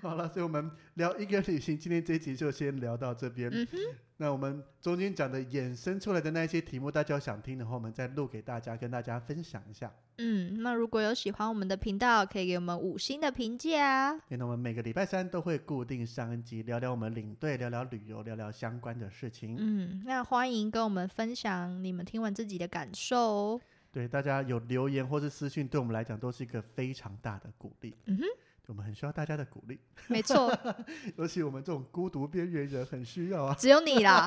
Speaker 2: 好了，所以我们聊一个旅行，今天这一集就先聊到这边。
Speaker 1: 嗯
Speaker 2: 那我们中间讲的衍生出来的那一些题目，大家有想听的话，我们再录给大家，跟大家分享一下。
Speaker 1: 嗯，那如果有喜欢我们的频道，可以给我们五星的评价啊。
Speaker 2: 对那我们每个礼拜三都会固定上一集，聊聊我们领队，聊聊旅游，聊聊相关的事情。
Speaker 1: 嗯，那欢迎跟我们分享你们听完自己的感受哦。
Speaker 2: 对大家有留言或是私讯，对我们来讲都是一个非常大的鼓励。
Speaker 1: 嗯哼
Speaker 2: 对，我们很需要大家的鼓励，
Speaker 1: 没错，
Speaker 2: (laughs) 尤其我们这种孤独边缘人很需要啊。
Speaker 1: 只有你啦，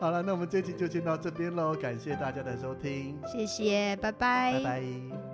Speaker 2: 好了，那我们这期就先到这边喽，感谢大家的收听，
Speaker 1: 谢谢，拜拜
Speaker 2: 拜拜